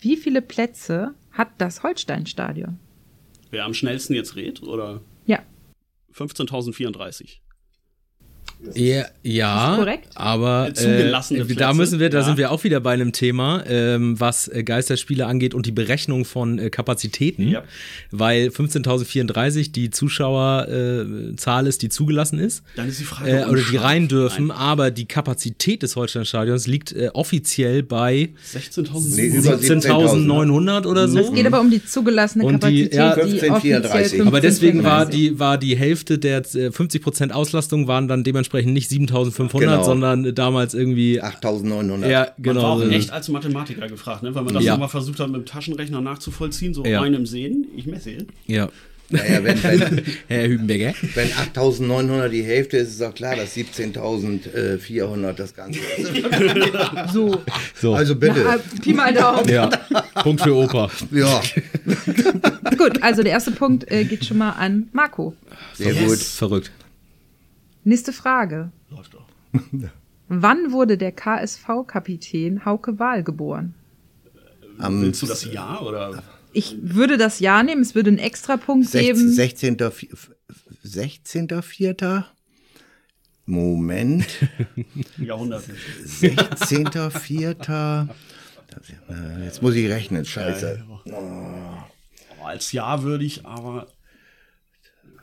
Speaker 4: Wie viele Plätze hat das Holstein-Stadion?
Speaker 2: Wer am schnellsten jetzt redet? Oder
Speaker 4: Ja,
Speaker 2: 15.034.
Speaker 1: Ja, ja
Speaker 4: Ist korrekt?
Speaker 1: aber
Speaker 2: Zugelassene
Speaker 1: äh, da
Speaker 2: Plätze,
Speaker 1: müssen wir, da
Speaker 2: ja.
Speaker 1: sind wir auch wieder bei einem Thema, ähm, was äh, Geisterspiele angeht und die Berechnung von äh, Kapazitäten,
Speaker 2: Ja.
Speaker 1: weil 15.034 die Zuschauerzahl äh, Zahl ist, die zugelassen ist.
Speaker 2: Dann ist die Frage,
Speaker 1: Äh,
Speaker 2: ob
Speaker 1: oder
Speaker 2: ein
Speaker 1: die rein
Speaker 2: Schaden-
Speaker 1: dürfen,
Speaker 2: Nein.
Speaker 1: aber die Kapazität des Holsteinstadions liegt äh, offiziell bei
Speaker 2: 16.000.
Speaker 3: Nee, über
Speaker 1: 17.900 oder so.
Speaker 4: es geht aber um die zugelassene
Speaker 1: Mhm. Und die-
Speaker 4: Kapazität, die,
Speaker 1: ja,
Speaker 4: offiziell
Speaker 3: 1534.
Speaker 1: Aber deswegen war
Speaker 4: 1534.
Speaker 1: die, war die Hälfte der äh, 50% Auslastung waren dann dementsprechend nicht 7500,
Speaker 3: Genau.
Speaker 1: sondern äh, damals irgendwie.
Speaker 3: 8900.
Speaker 1: Ja,
Speaker 2: Man war
Speaker 1: genau.
Speaker 2: auch echt als Mathematiker gefragt, ne? weil man das
Speaker 1: Ja.
Speaker 2: nochmal versucht hat, mit dem Taschenrechner nachzuvollziehen, so
Speaker 1: Ja.
Speaker 2: einem Sehen, ich messe.
Speaker 1: Ja.
Speaker 3: Naja, wenn, wenn,
Speaker 1: Herr Hübenberger.
Speaker 3: wenn 8900 die Hälfte ist, ist doch klar, dass 17.400 das Ganze ist.
Speaker 4: so.
Speaker 1: So.
Speaker 3: Also
Speaker 4: Na,
Speaker 3: bitte.
Speaker 4: Pi mal Daumen.
Speaker 1: ja. Punkt für Opa.
Speaker 3: Ja,
Speaker 4: Gut, also der erste Punkt äh, geht schon mal an Marco.
Speaker 3: sehr
Speaker 1: Verrückt.
Speaker 3: gut.
Speaker 1: Verrückt.
Speaker 4: Nächste Frage.
Speaker 2: Läuft doch.
Speaker 4: Wann wurde der KSV-Kapitän Hauke Wahl geboren?
Speaker 3: Am
Speaker 2: Willst du das Ja oder?
Speaker 4: Ich würde das Ja nehmen, es würde einen Extrapunkt geben.
Speaker 3: 16. 16. Vierter? Moment.
Speaker 2: Jahrhundert.
Speaker 3: 16. Vierter. Das- äh, Jetzt muss ich rechnen, scheiße.
Speaker 2: Oh, als Ja würde ich, aber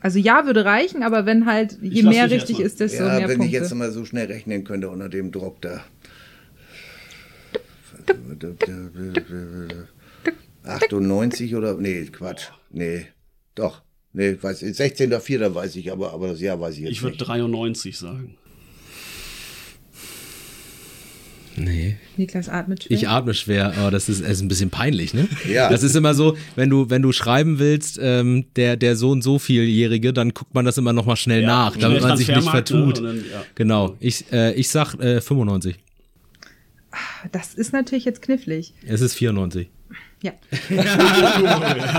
Speaker 4: Also Ja würde reichen, aber wenn halt, je
Speaker 2: Ich lass
Speaker 4: mehr
Speaker 2: dich erst
Speaker 4: richtig
Speaker 2: mal.
Speaker 4: ist, desto
Speaker 3: Ja,
Speaker 4: mehr
Speaker 3: wenn ich
Speaker 4: Punkte.
Speaker 3: jetzt mal so schnell rechnen könnte unter dem Druck da. 98 oder? Nee, Quatsch. Nee, doch. Nee, weiß ich. 16.04. weiß ich, aber, aber das Jahr weiß ich jetzt
Speaker 2: ich würde
Speaker 3: nicht.
Speaker 2: 93 sagen.
Speaker 1: Nee.
Speaker 4: Niklas atmet schwer.
Speaker 1: Ich atme schwer, aber das ist, ist ein bisschen peinlich, ne?
Speaker 3: Ja.
Speaker 1: Das ist immer so, wenn du, wenn du schreiben willst, ähm, der, der so und so vieljährige, dann guckt man das immer nochmal schnell nach,
Speaker 2: schnell
Speaker 1: damit man sich nicht
Speaker 2: Transfermarkt, ne?
Speaker 1: vertut.
Speaker 2: Und dann, ja.
Speaker 1: Genau. Ich, äh, ich sag äh, 95.
Speaker 4: Das ist natürlich jetzt knifflig.
Speaker 1: Es ist 94.
Speaker 4: Ja.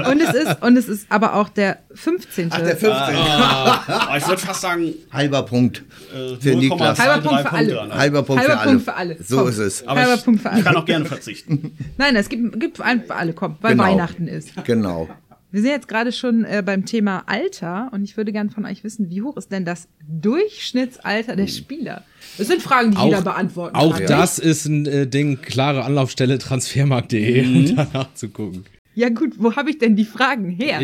Speaker 4: und es ist, und es ist aber auch der 15.
Speaker 3: Ach, der 15.
Speaker 2: Aber ich würde fast sagen,
Speaker 3: Halber Punkt
Speaker 2: äh,
Speaker 3: für
Speaker 2: 0,23
Speaker 3: Niklas.
Speaker 4: Halber Punkt für
Speaker 2: Punkte
Speaker 4: alle.
Speaker 2: allein.
Speaker 3: Halber Punkt
Speaker 4: Halber
Speaker 3: für alle.
Speaker 4: Punkt für alle.
Speaker 3: So
Speaker 4: Komm.
Speaker 3: ist es.
Speaker 2: Aber
Speaker 4: Halber
Speaker 2: ich,
Speaker 4: Punkt für alle.
Speaker 2: ich kann auch gerne verzichten.
Speaker 4: Nein, es gibt, gibt einen für alle, komm, weil
Speaker 3: Genau.
Speaker 4: Weihnachten ist.
Speaker 3: Genau.
Speaker 4: Wir sind jetzt gerade schon äh, beim Thema Alter und ich würde gerne von euch wissen, wie hoch ist denn das Durchschnittsalter der Spieler? Das sind Fragen, die
Speaker 1: Hm. Auch-
Speaker 4: jeder beantworten
Speaker 1: Auch
Speaker 4: kann.
Speaker 1: das ist ein äh, Ding, klare Anlaufstelle transfermarkt.de, um danach zu gucken.
Speaker 4: Ja gut, wo habe ich denn die Fragen her?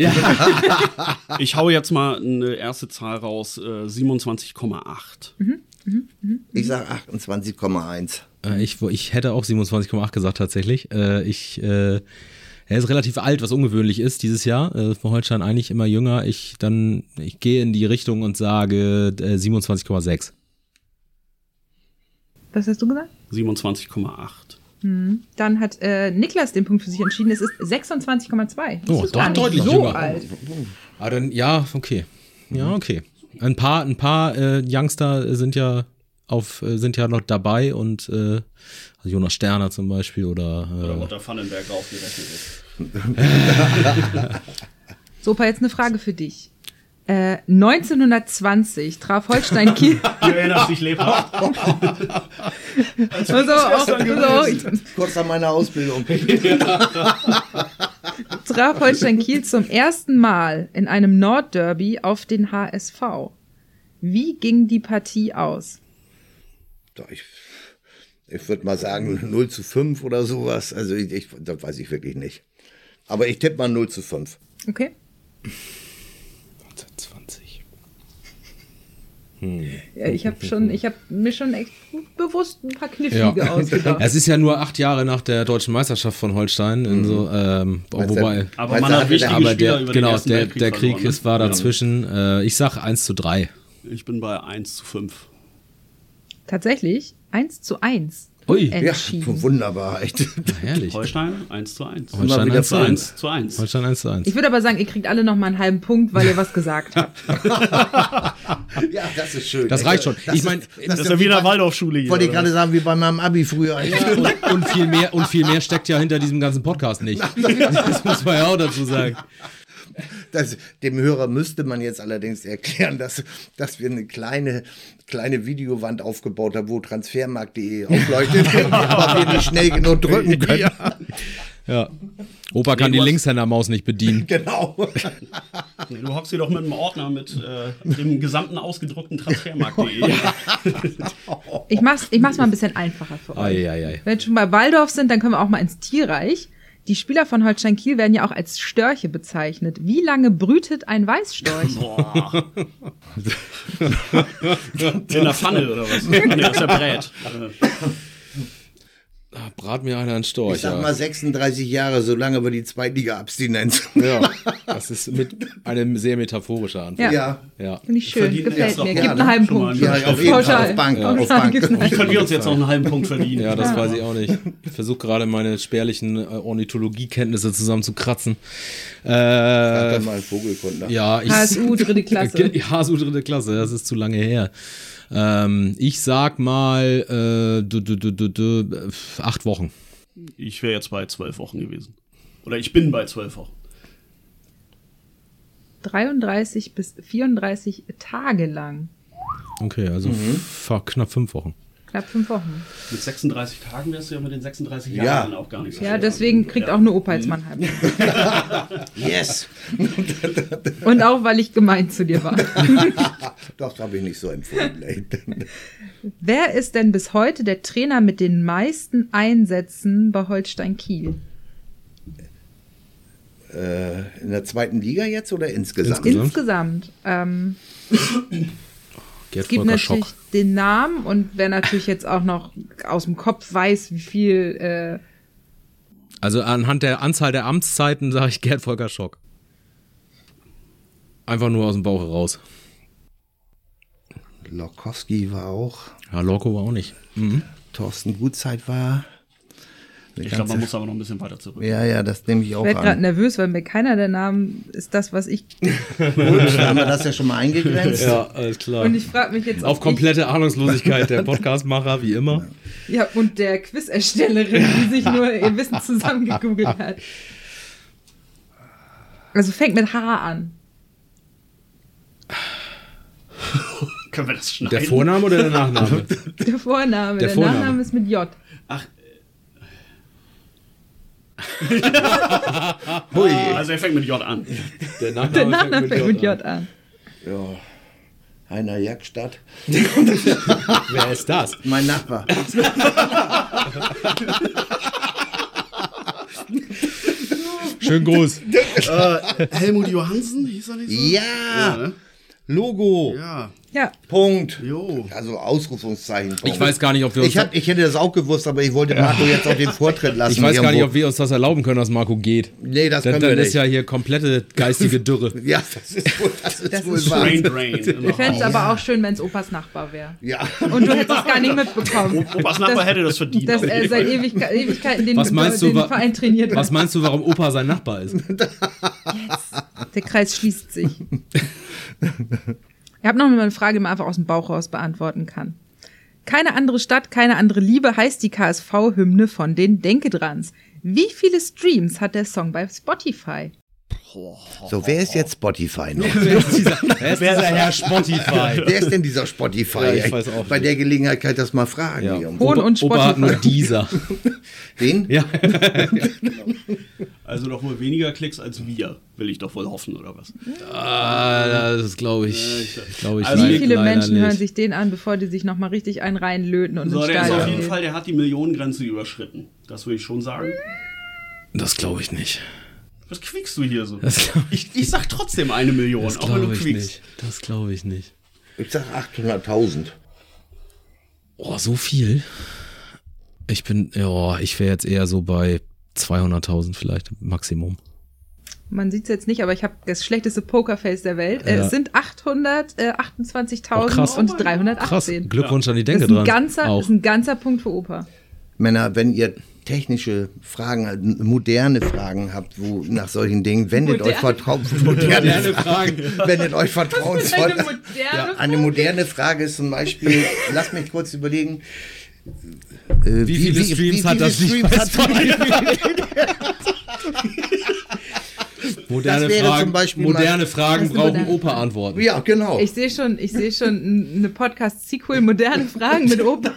Speaker 2: Ich hau jetzt mal eine erste Zahl raus, äh, 27,8.
Speaker 3: Ich sage 28,1.
Speaker 1: Äh, Ich, wo- ich hätte auch 27,8 gesagt tatsächlich. Äh, ich, äh, er ist relativ alt, was ungewöhnlich ist dieses Jahr. Äh, von Holstein eigentlich immer jünger. Ich dann, ich gehe in die Richtung und sage äh, 27,6.
Speaker 4: Was hast du gesagt?
Speaker 2: 27,8.
Speaker 4: Dann hat äh, Niklas den Punkt für sich entschieden. Es ist 26,2. Das
Speaker 1: Oh,
Speaker 4: ist
Speaker 1: doch
Speaker 4: gar nicht
Speaker 1: deutlich
Speaker 4: so
Speaker 1: jünger.
Speaker 4: alt.
Speaker 1: Ah, dann, ja, okay. Ja, okay. Ein paar, ein paar äh, Youngster sind ja auf, äh, sind ja noch dabei und äh, also Jonas Sterner zum Beispiel
Speaker 2: Oder
Speaker 1: oder
Speaker 2: unter Vandenberg raufgerechnet ist.
Speaker 4: So, Opa, jetzt eine Frage für dich. Äh, 1920 traf Holstein Kiel.
Speaker 2: Du erinnerst dich lebhaft.
Speaker 4: also, auch, also,
Speaker 3: Kurz an meiner Ausbildung.
Speaker 4: traf Holstein Kiel zum ersten Mal in einem Nordderby auf den HSV. Wie ging die Partie aus?
Speaker 3: Doch, Ich, ich würde mal sagen 0 zu 5 oder sowas. Also ich, ich, das weiß ich wirklich nicht. Aber ich tippe mal 0 zu 5.
Speaker 4: Okay.
Speaker 1: äh, 20.
Speaker 4: Ja, ich habe schon, ich habe mir schon echt bewusst ein paar
Speaker 1: Ja.
Speaker 4: knifflige ausgedacht.
Speaker 1: Es ist ja nur acht Jahre nach der deutschen Meisterschaft von Holstein. In so, ähm, wobei,
Speaker 2: Aber man hat
Speaker 3: Meinst du, hat er da-
Speaker 2: wichtige
Speaker 1: aber
Speaker 2: Spieler
Speaker 1: der,
Speaker 2: über den
Speaker 1: genau,
Speaker 2: Ersten
Speaker 1: der,
Speaker 2: Weltkrieg
Speaker 1: der Krieg
Speaker 2: verloren,
Speaker 1: ist, war
Speaker 2: ne?
Speaker 1: dazwischen. Äh, ich sag 1 zu 3.
Speaker 2: Ich bin bei 1 zu 5.
Speaker 4: Tatsächlich 1 zu 1
Speaker 1: Ui.
Speaker 3: Ja,
Speaker 4: entschieden.
Speaker 3: wunderbar. echt.
Speaker 1: Herrlich.
Speaker 2: Holstein 1 zu 1.
Speaker 3: Immer
Speaker 1: Holstein
Speaker 3: wieder
Speaker 1: 1 zu 1.
Speaker 2: zu 1.
Speaker 1: Holstein 1 zu 1.
Speaker 4: Ich würde aber sagen, ihr kriegt alle noch mal einen halben Punkt, weil ihr was gesagt habt.
Speaker 3: Ja, das ist schön.
Speaker 1: Das reicht schon.
Speaker 3: Das
Speaker 1: Ich
Speaker 3: ist-
Speaker 1: mein,
Speaker 2: Das ist ja wieder Waldorfschule hier.
Speaker 3: Wollte ich
Speaker 2: oder
Speaker 3: gerade sagen, wie bei meinem Abi früher.
Speaker 1: Und, und, viel mehr, und viel mehr steckt ja hinter diesem ganzen Podcast nicht. Das muss man ja auch dazu sagen.
Speaker 3: Das, Also, dem Hörer müsste man jetzt allerdings erklären, dass, dass wir eine kleine, kleine Videowand aufgebaut haben, wo transfermarkt.de aufleuchtet, aber wir nicht schnell genug drücken können.
Speaker 1: Ja. Opa kann
Speaker 2: Nee, du
Speaker 1: die
Speaker 2: hast-
Speaker 1: Linkshändermaus nicht bedienen.
Speaker 3: Genau.
Speaker 2: was? Nee, Du hockst hier doch mit einem Ordner mit äh, dem gesamten ausgedruckten E. Transfermarkt.de.
Speaker 1: Oh.
Speaker 4: Ich mach's, ich mach's mal ein bisschen einfacher für euch.
Speaker 1: Ah, Eieiei.
Speaker 4: Wenn wir schon bei Waldorf sind, dann können wir auch mal ins Tierreich. Die Spieler von Holstein Kiel werden ja auch als Störche bezeichnet. Wie lange brütet ein Weißstorch?
Speaker 2: Boah. In der Pfanne oder was? Nee, das ist ja Brät.
Speaker 1: Ah, Brat mir einer einen Storch.
Speaker 3: Ich sag
Speaker 1: ja.
Speaker 3: mal 36 Jahre, so lange über die Zweitliga-Abstinenz.
Speaker 1: ja. Das ist mit einem sehr metaphorischer Antwort.
Speaker 4: Ja.
Speaker 3: Ja.
Speaker 1: Ja.
Speaker 4: Finde ich schön,
Speaker 2: Verdient
Speaker 4: gefällt
Speaker 2: jetzt doch
Speaker 4: mir.
Speaker 2: gerne.
Speaker 4: Gibt einen halben
Speaker 2: Schon mal
Speaker 4: Punkt.
Speaker 2: einen
Speaker 3: Ja, auf jeden Fall
Speaker 4: Pauschal.
Speaker 3: auf Bank.
Speaker 1: Ja.
Speaker 3: Auf
Speaker 4: Pauschal gibt's
Speaker 3: Bank.
Speaker 4: einen.
Speaker 2: Wie können wir uns jetzt noch einen halben Punkt verdienen?
Speaker 1: Ja, das weiß ich auch nicht. Ich versuche gerade meine spärlichen äh, Ornithologiekenntnisse zusammen zu kratzen. Äh,
Speaker 2: Äh,
Speaker 3: Sag doch mal einen Vogelkundler.
Speaker 1: ja, ich.
Speaker 4: HSU, dritte Klasse.
Speaker 1: Ge- HSU dritte Klasse, das ist zu lange her. Ähm, ich sag mal äh, du, du, du, du, du, äh, acht Wochen.
Speaker 2: Ich wäre jetzt bei zwölf Wochen gewesen. Oder ich bin bei zwölf Wochen.
Speaker 4: 33 bis 34 Tage lang.
Speaker 1: Okay, also
Speaker 3: Mhm.
Speaker 1: fa- knapp fünf Wochen.
Speaker 4: Knapp fünf Wochen.
Speaker 2: Mit 36 Tagen wärst du ja mit den 36 Jahren
Speaker 3: Ja.
Speaker 2: dann auch gar nicht so
Speaker 4: Ja,
Speaker 2: schlecht.
Speaker 4: deswegen kriegt auch nur Opa jetzt mal einen halben.
Speaker 3: Yes.
Speaker 4: Und auch, weil ich gemein zu dir war.
Speaker 3: Das habe ich nicht so empfunden.
Speaker 4: Wer ist denn bis heute der Trainer mit den meisten Einsätzen bei Holstein Kiel?
Speaker 3: äh, in der zweiten Liga jetzt oder insgesamt?
Speaker 1: Insgesamt.
Speaker 4: Insgesamt. Ähm,
Speaker 1: Gerd
Speaker 4: Es gibt
Speaker 1: Volker
Speaker 4: natürlich
Speaker 1: Schock.
Speaker 4: den Namen und wer natürlich jetzt auch noch aus dem Kopf weiß, wie viel. Äh,
Speaker 1: Also anhand der Anzahl der Amtszeiten sage ich Gerd Volker Schock. Einfach nur aus dem Bauch heraus.
Speaker 3: Lokowski war auch,
Speaker 1: Ja, Lorco war auch nicht.
Speaker 3: Thorsten Gutzeit war.
Speaker 2: Ich glaube, man muss aber noch ein bisschen weiter zurück.
Speaker 3: ja, ja, das nehme ich
Speaker 4: ich
Speaker 3: auch
Speaker 4: werde gerade
Speaker 3: an.
Speaker 4: nervös, weil mir keiner der Namen ist das, was ich.
Speaker 3: Gut, haben wir das ja schon mal eingegrenzt.
Speaker 1: alles klar.
Speaker 4: Und ich frage mich jetzt.
Speaker 1: Auf
Speaker 4: ob
Speaker 1: komplette Ahnungslosigkeit der Podcastmacher, wie immer.
Speaker 4: Ich, ja, und der Quiz-Erstellerin, die sich nur ihr Wissen zusammengegoogelt hat. Also fängt mit H an.
Speaker 2: Können wir das schneiden?
Speaker 1: Der Vorname oder der Nachname?
Speaker 4: Der Vorname.
Speaker 1: Der
Speaker 4: Der,
Speaker 1: Vorname.
Speaker 4: Nachname ist mit J.
Speaker 2: Ach, Hui. Also er fängt mit J an.
Speaker 1: Der Nachname,
Speaker 4: Der Nachname fängt mit J
Speaker 1: an.
Speaker 4: an.
Speaker 3: Ja. Heiner Jagdstadt.
Speaker 1: Wer ist das?
Speaker 3: Mein Nachbar.
Speaker 1: Schönen Gruß.
Speaker 2: Helmut Johansen hieß er nicht so?
Speaker 3: Ja.
Speaker 2: ne?
Speaker 3: Logo.
Speaker 2: Ja.
Speaker 4: Ja,
Speaker 3: Punkt.
Speaker 2: Jo.
Speaker 3: Also Ausrufungszeichen. Punkt.
Speaker 1: Ich weiß gar nicht, ob wir uns.
Speaker 3: Ich, hab, ich hätte das auch gewusst, aber ich wollte Marco jetzt auch den Vortritt lassen.
Speaker 1: ich weiß gar nicht,
Speaker 3: irgendwo.
Speaker 1: ob wir uns das erlauben können, dass Marco geht.
Speaker 3: Nee, das
Speaker 1: dann
Speaker 3: können wir
Speaker 1: dann ist
Speaker 3: nicht.
Speaker 1: ja hier komplette geistige Dürre.
Speaker 3: Ja, das ist wohl, das ist
Speaker 4: Das
Speaker 3: wohl
Speaker 4: ist
Speaker 3: wahr.
Speaker 2: Brain Drain.
Speaker 4: ich
Speaker 2: Oh.
Speaker 4: fände es aber auch schön, wenn es Opas Nachbar wäre.
Speaker 3: Ja.
Speaker 4: Und du hättest es gar nicht mitbekommen.
Speaker 2: Opas Nachbar
Speaker 4: Das-
Speaker 2: hätte das verdient.
Speaker 4: Dass
Speaker 2: auf jeden
Speaker 4: er seit
Speaker 2: Fall.
Speaker 4: Ewigke Ewigkeiten den,
Speaker 1: Was meinst du,
Speaker 4: den
Speaker 1: wa-
Speaker 4: Verein trainiert
Speaker 1: Was
Speaker 4: hat.
Speaker 1: meinst du, warum Opa sein Nachbar ist?
Speaker 4: Der Kreis schließt sich. Ich habe noch mal eine Frage, die man einfach aus dem Bauch raus beantworten kann. Keine andere Stadt, keine andere Liebe heißt die KSV-Hymne von den Denkedrans. Wie viele Streams hat der Song bei Spotify?
Speaker 3: So, wer ist jetzt Spotify noch?
Speaker 1: Wer ist dieser, wer ist dieser Herr Spotify?
Speaker 3: Wer ist denn dieser Spotify?
Speaker 1: Ja, ich weiß auch
Speaker 3: Bei der Gelegenheit kann ich das mal fragen.
Speaker 1: Ja.
Speaker 3: hier.
Speaker 4: Hohn und
Speaker 1: Opa hat nur
Speaker 4: Spotify.
Speaker 1: dieser.
Speaker 3: Den?
Speaker 1: Ja.
Speaker 2: Also doch wohl weniger Klicks als wir, will ich doch wohl hoffen, oder was?
Speaker 1: Ah, das glaube ich. Glaub ich
Speaker 2: Also
Speaker 1: leider
Speaker 4: Wie viele
Speaker 1: leider
Speaker 4: Menschen
Speaker 1: nicht.
Speaker 4: hören sich den an, bevor die sich nochmal richtig einen reinlöten und
Speaker 2: So,
Speaker 4: ins
Speaker 2: der ist
Speaker 4: Stadion
Speaker 2: auf jeden
Speaker 4: gehen?
Speaker 2: Fall, der hat die Millionengrenze überschritten. Das würde ich schon sagen.
Speaker 1: Das glaube ich nicht.
Speaker 2: Was quickst du hier so?
Speaker 1: Das glaub
Speaker 2: Ich, ich sag trotzdem eine Million,
Speaker 1: Das
Speaker 2: auch wenn du
Speaker 1: glaube ich
Speaker 2: quickst.
Speaker 1: nicht. Das glaube ich nicht.
Speaker 3: Ich sag 800.000.
Speaker 1: Oh, so viel? Ich bin, ja, ich wäre jetzt eher so bei 200.000 vielleicht, Maximum.
Speaker 4: Man sieht es jetzt nicht, aber ich habe das schlechteste Pokerface der Welt. Äh,
Speaker 1: Ja.
Speaker 4: Es sind 828.000
Speaker 1: Oh, krass.
Speaker 4: und
Speaker 1: Krass.
Speaker 4: 318.
Speaker 1: Glückwunsch an die
Speaker 4: Das
Speaker 1: Denke
Speaker 4: ist ein,
Speaker 1: dran.
Speaker 4: ganzer,
Speaker 1: Auch.
Speaker 4: ist ein ganzer Punkt für Opa.
Speaker 3: Männer, wenn ihr technische Fragen, äh, moderne Fragen habt, wo nach solchen Dingen, wendet
Speaker 4: Moderne-
Speaker 3: euch vertraut, moderne, Fragen, wendet euch vertrauensvoll.
Speaker 4: eine moderne
Speaker 3: ja, eine moderne Frage ist zum Beispiel, lass mich kurz überlegen. äh,
Speaker 1: Wie viele Streams hat das Lied
Speaker 3: Streams
Speaker 1: bei
Speaker 3: hat-
Speaker 1: Moderne
Speaker 3: Das wäre
Speaker 1: Fragen,
Speaker 3: zum Beispiel mal-
Speaker 1: moderne Fragen
Speaker 4: Das ist
Speaker 1: brauchen
Speaker 4: modern.
Speaker 1: Opa-Antworten.
Speaker 3: Ja, genau.
Speaker 4: Ich sehe schon, ich sehe schon n- eine Podcast-Sequel, moderne Fragen mit Opa.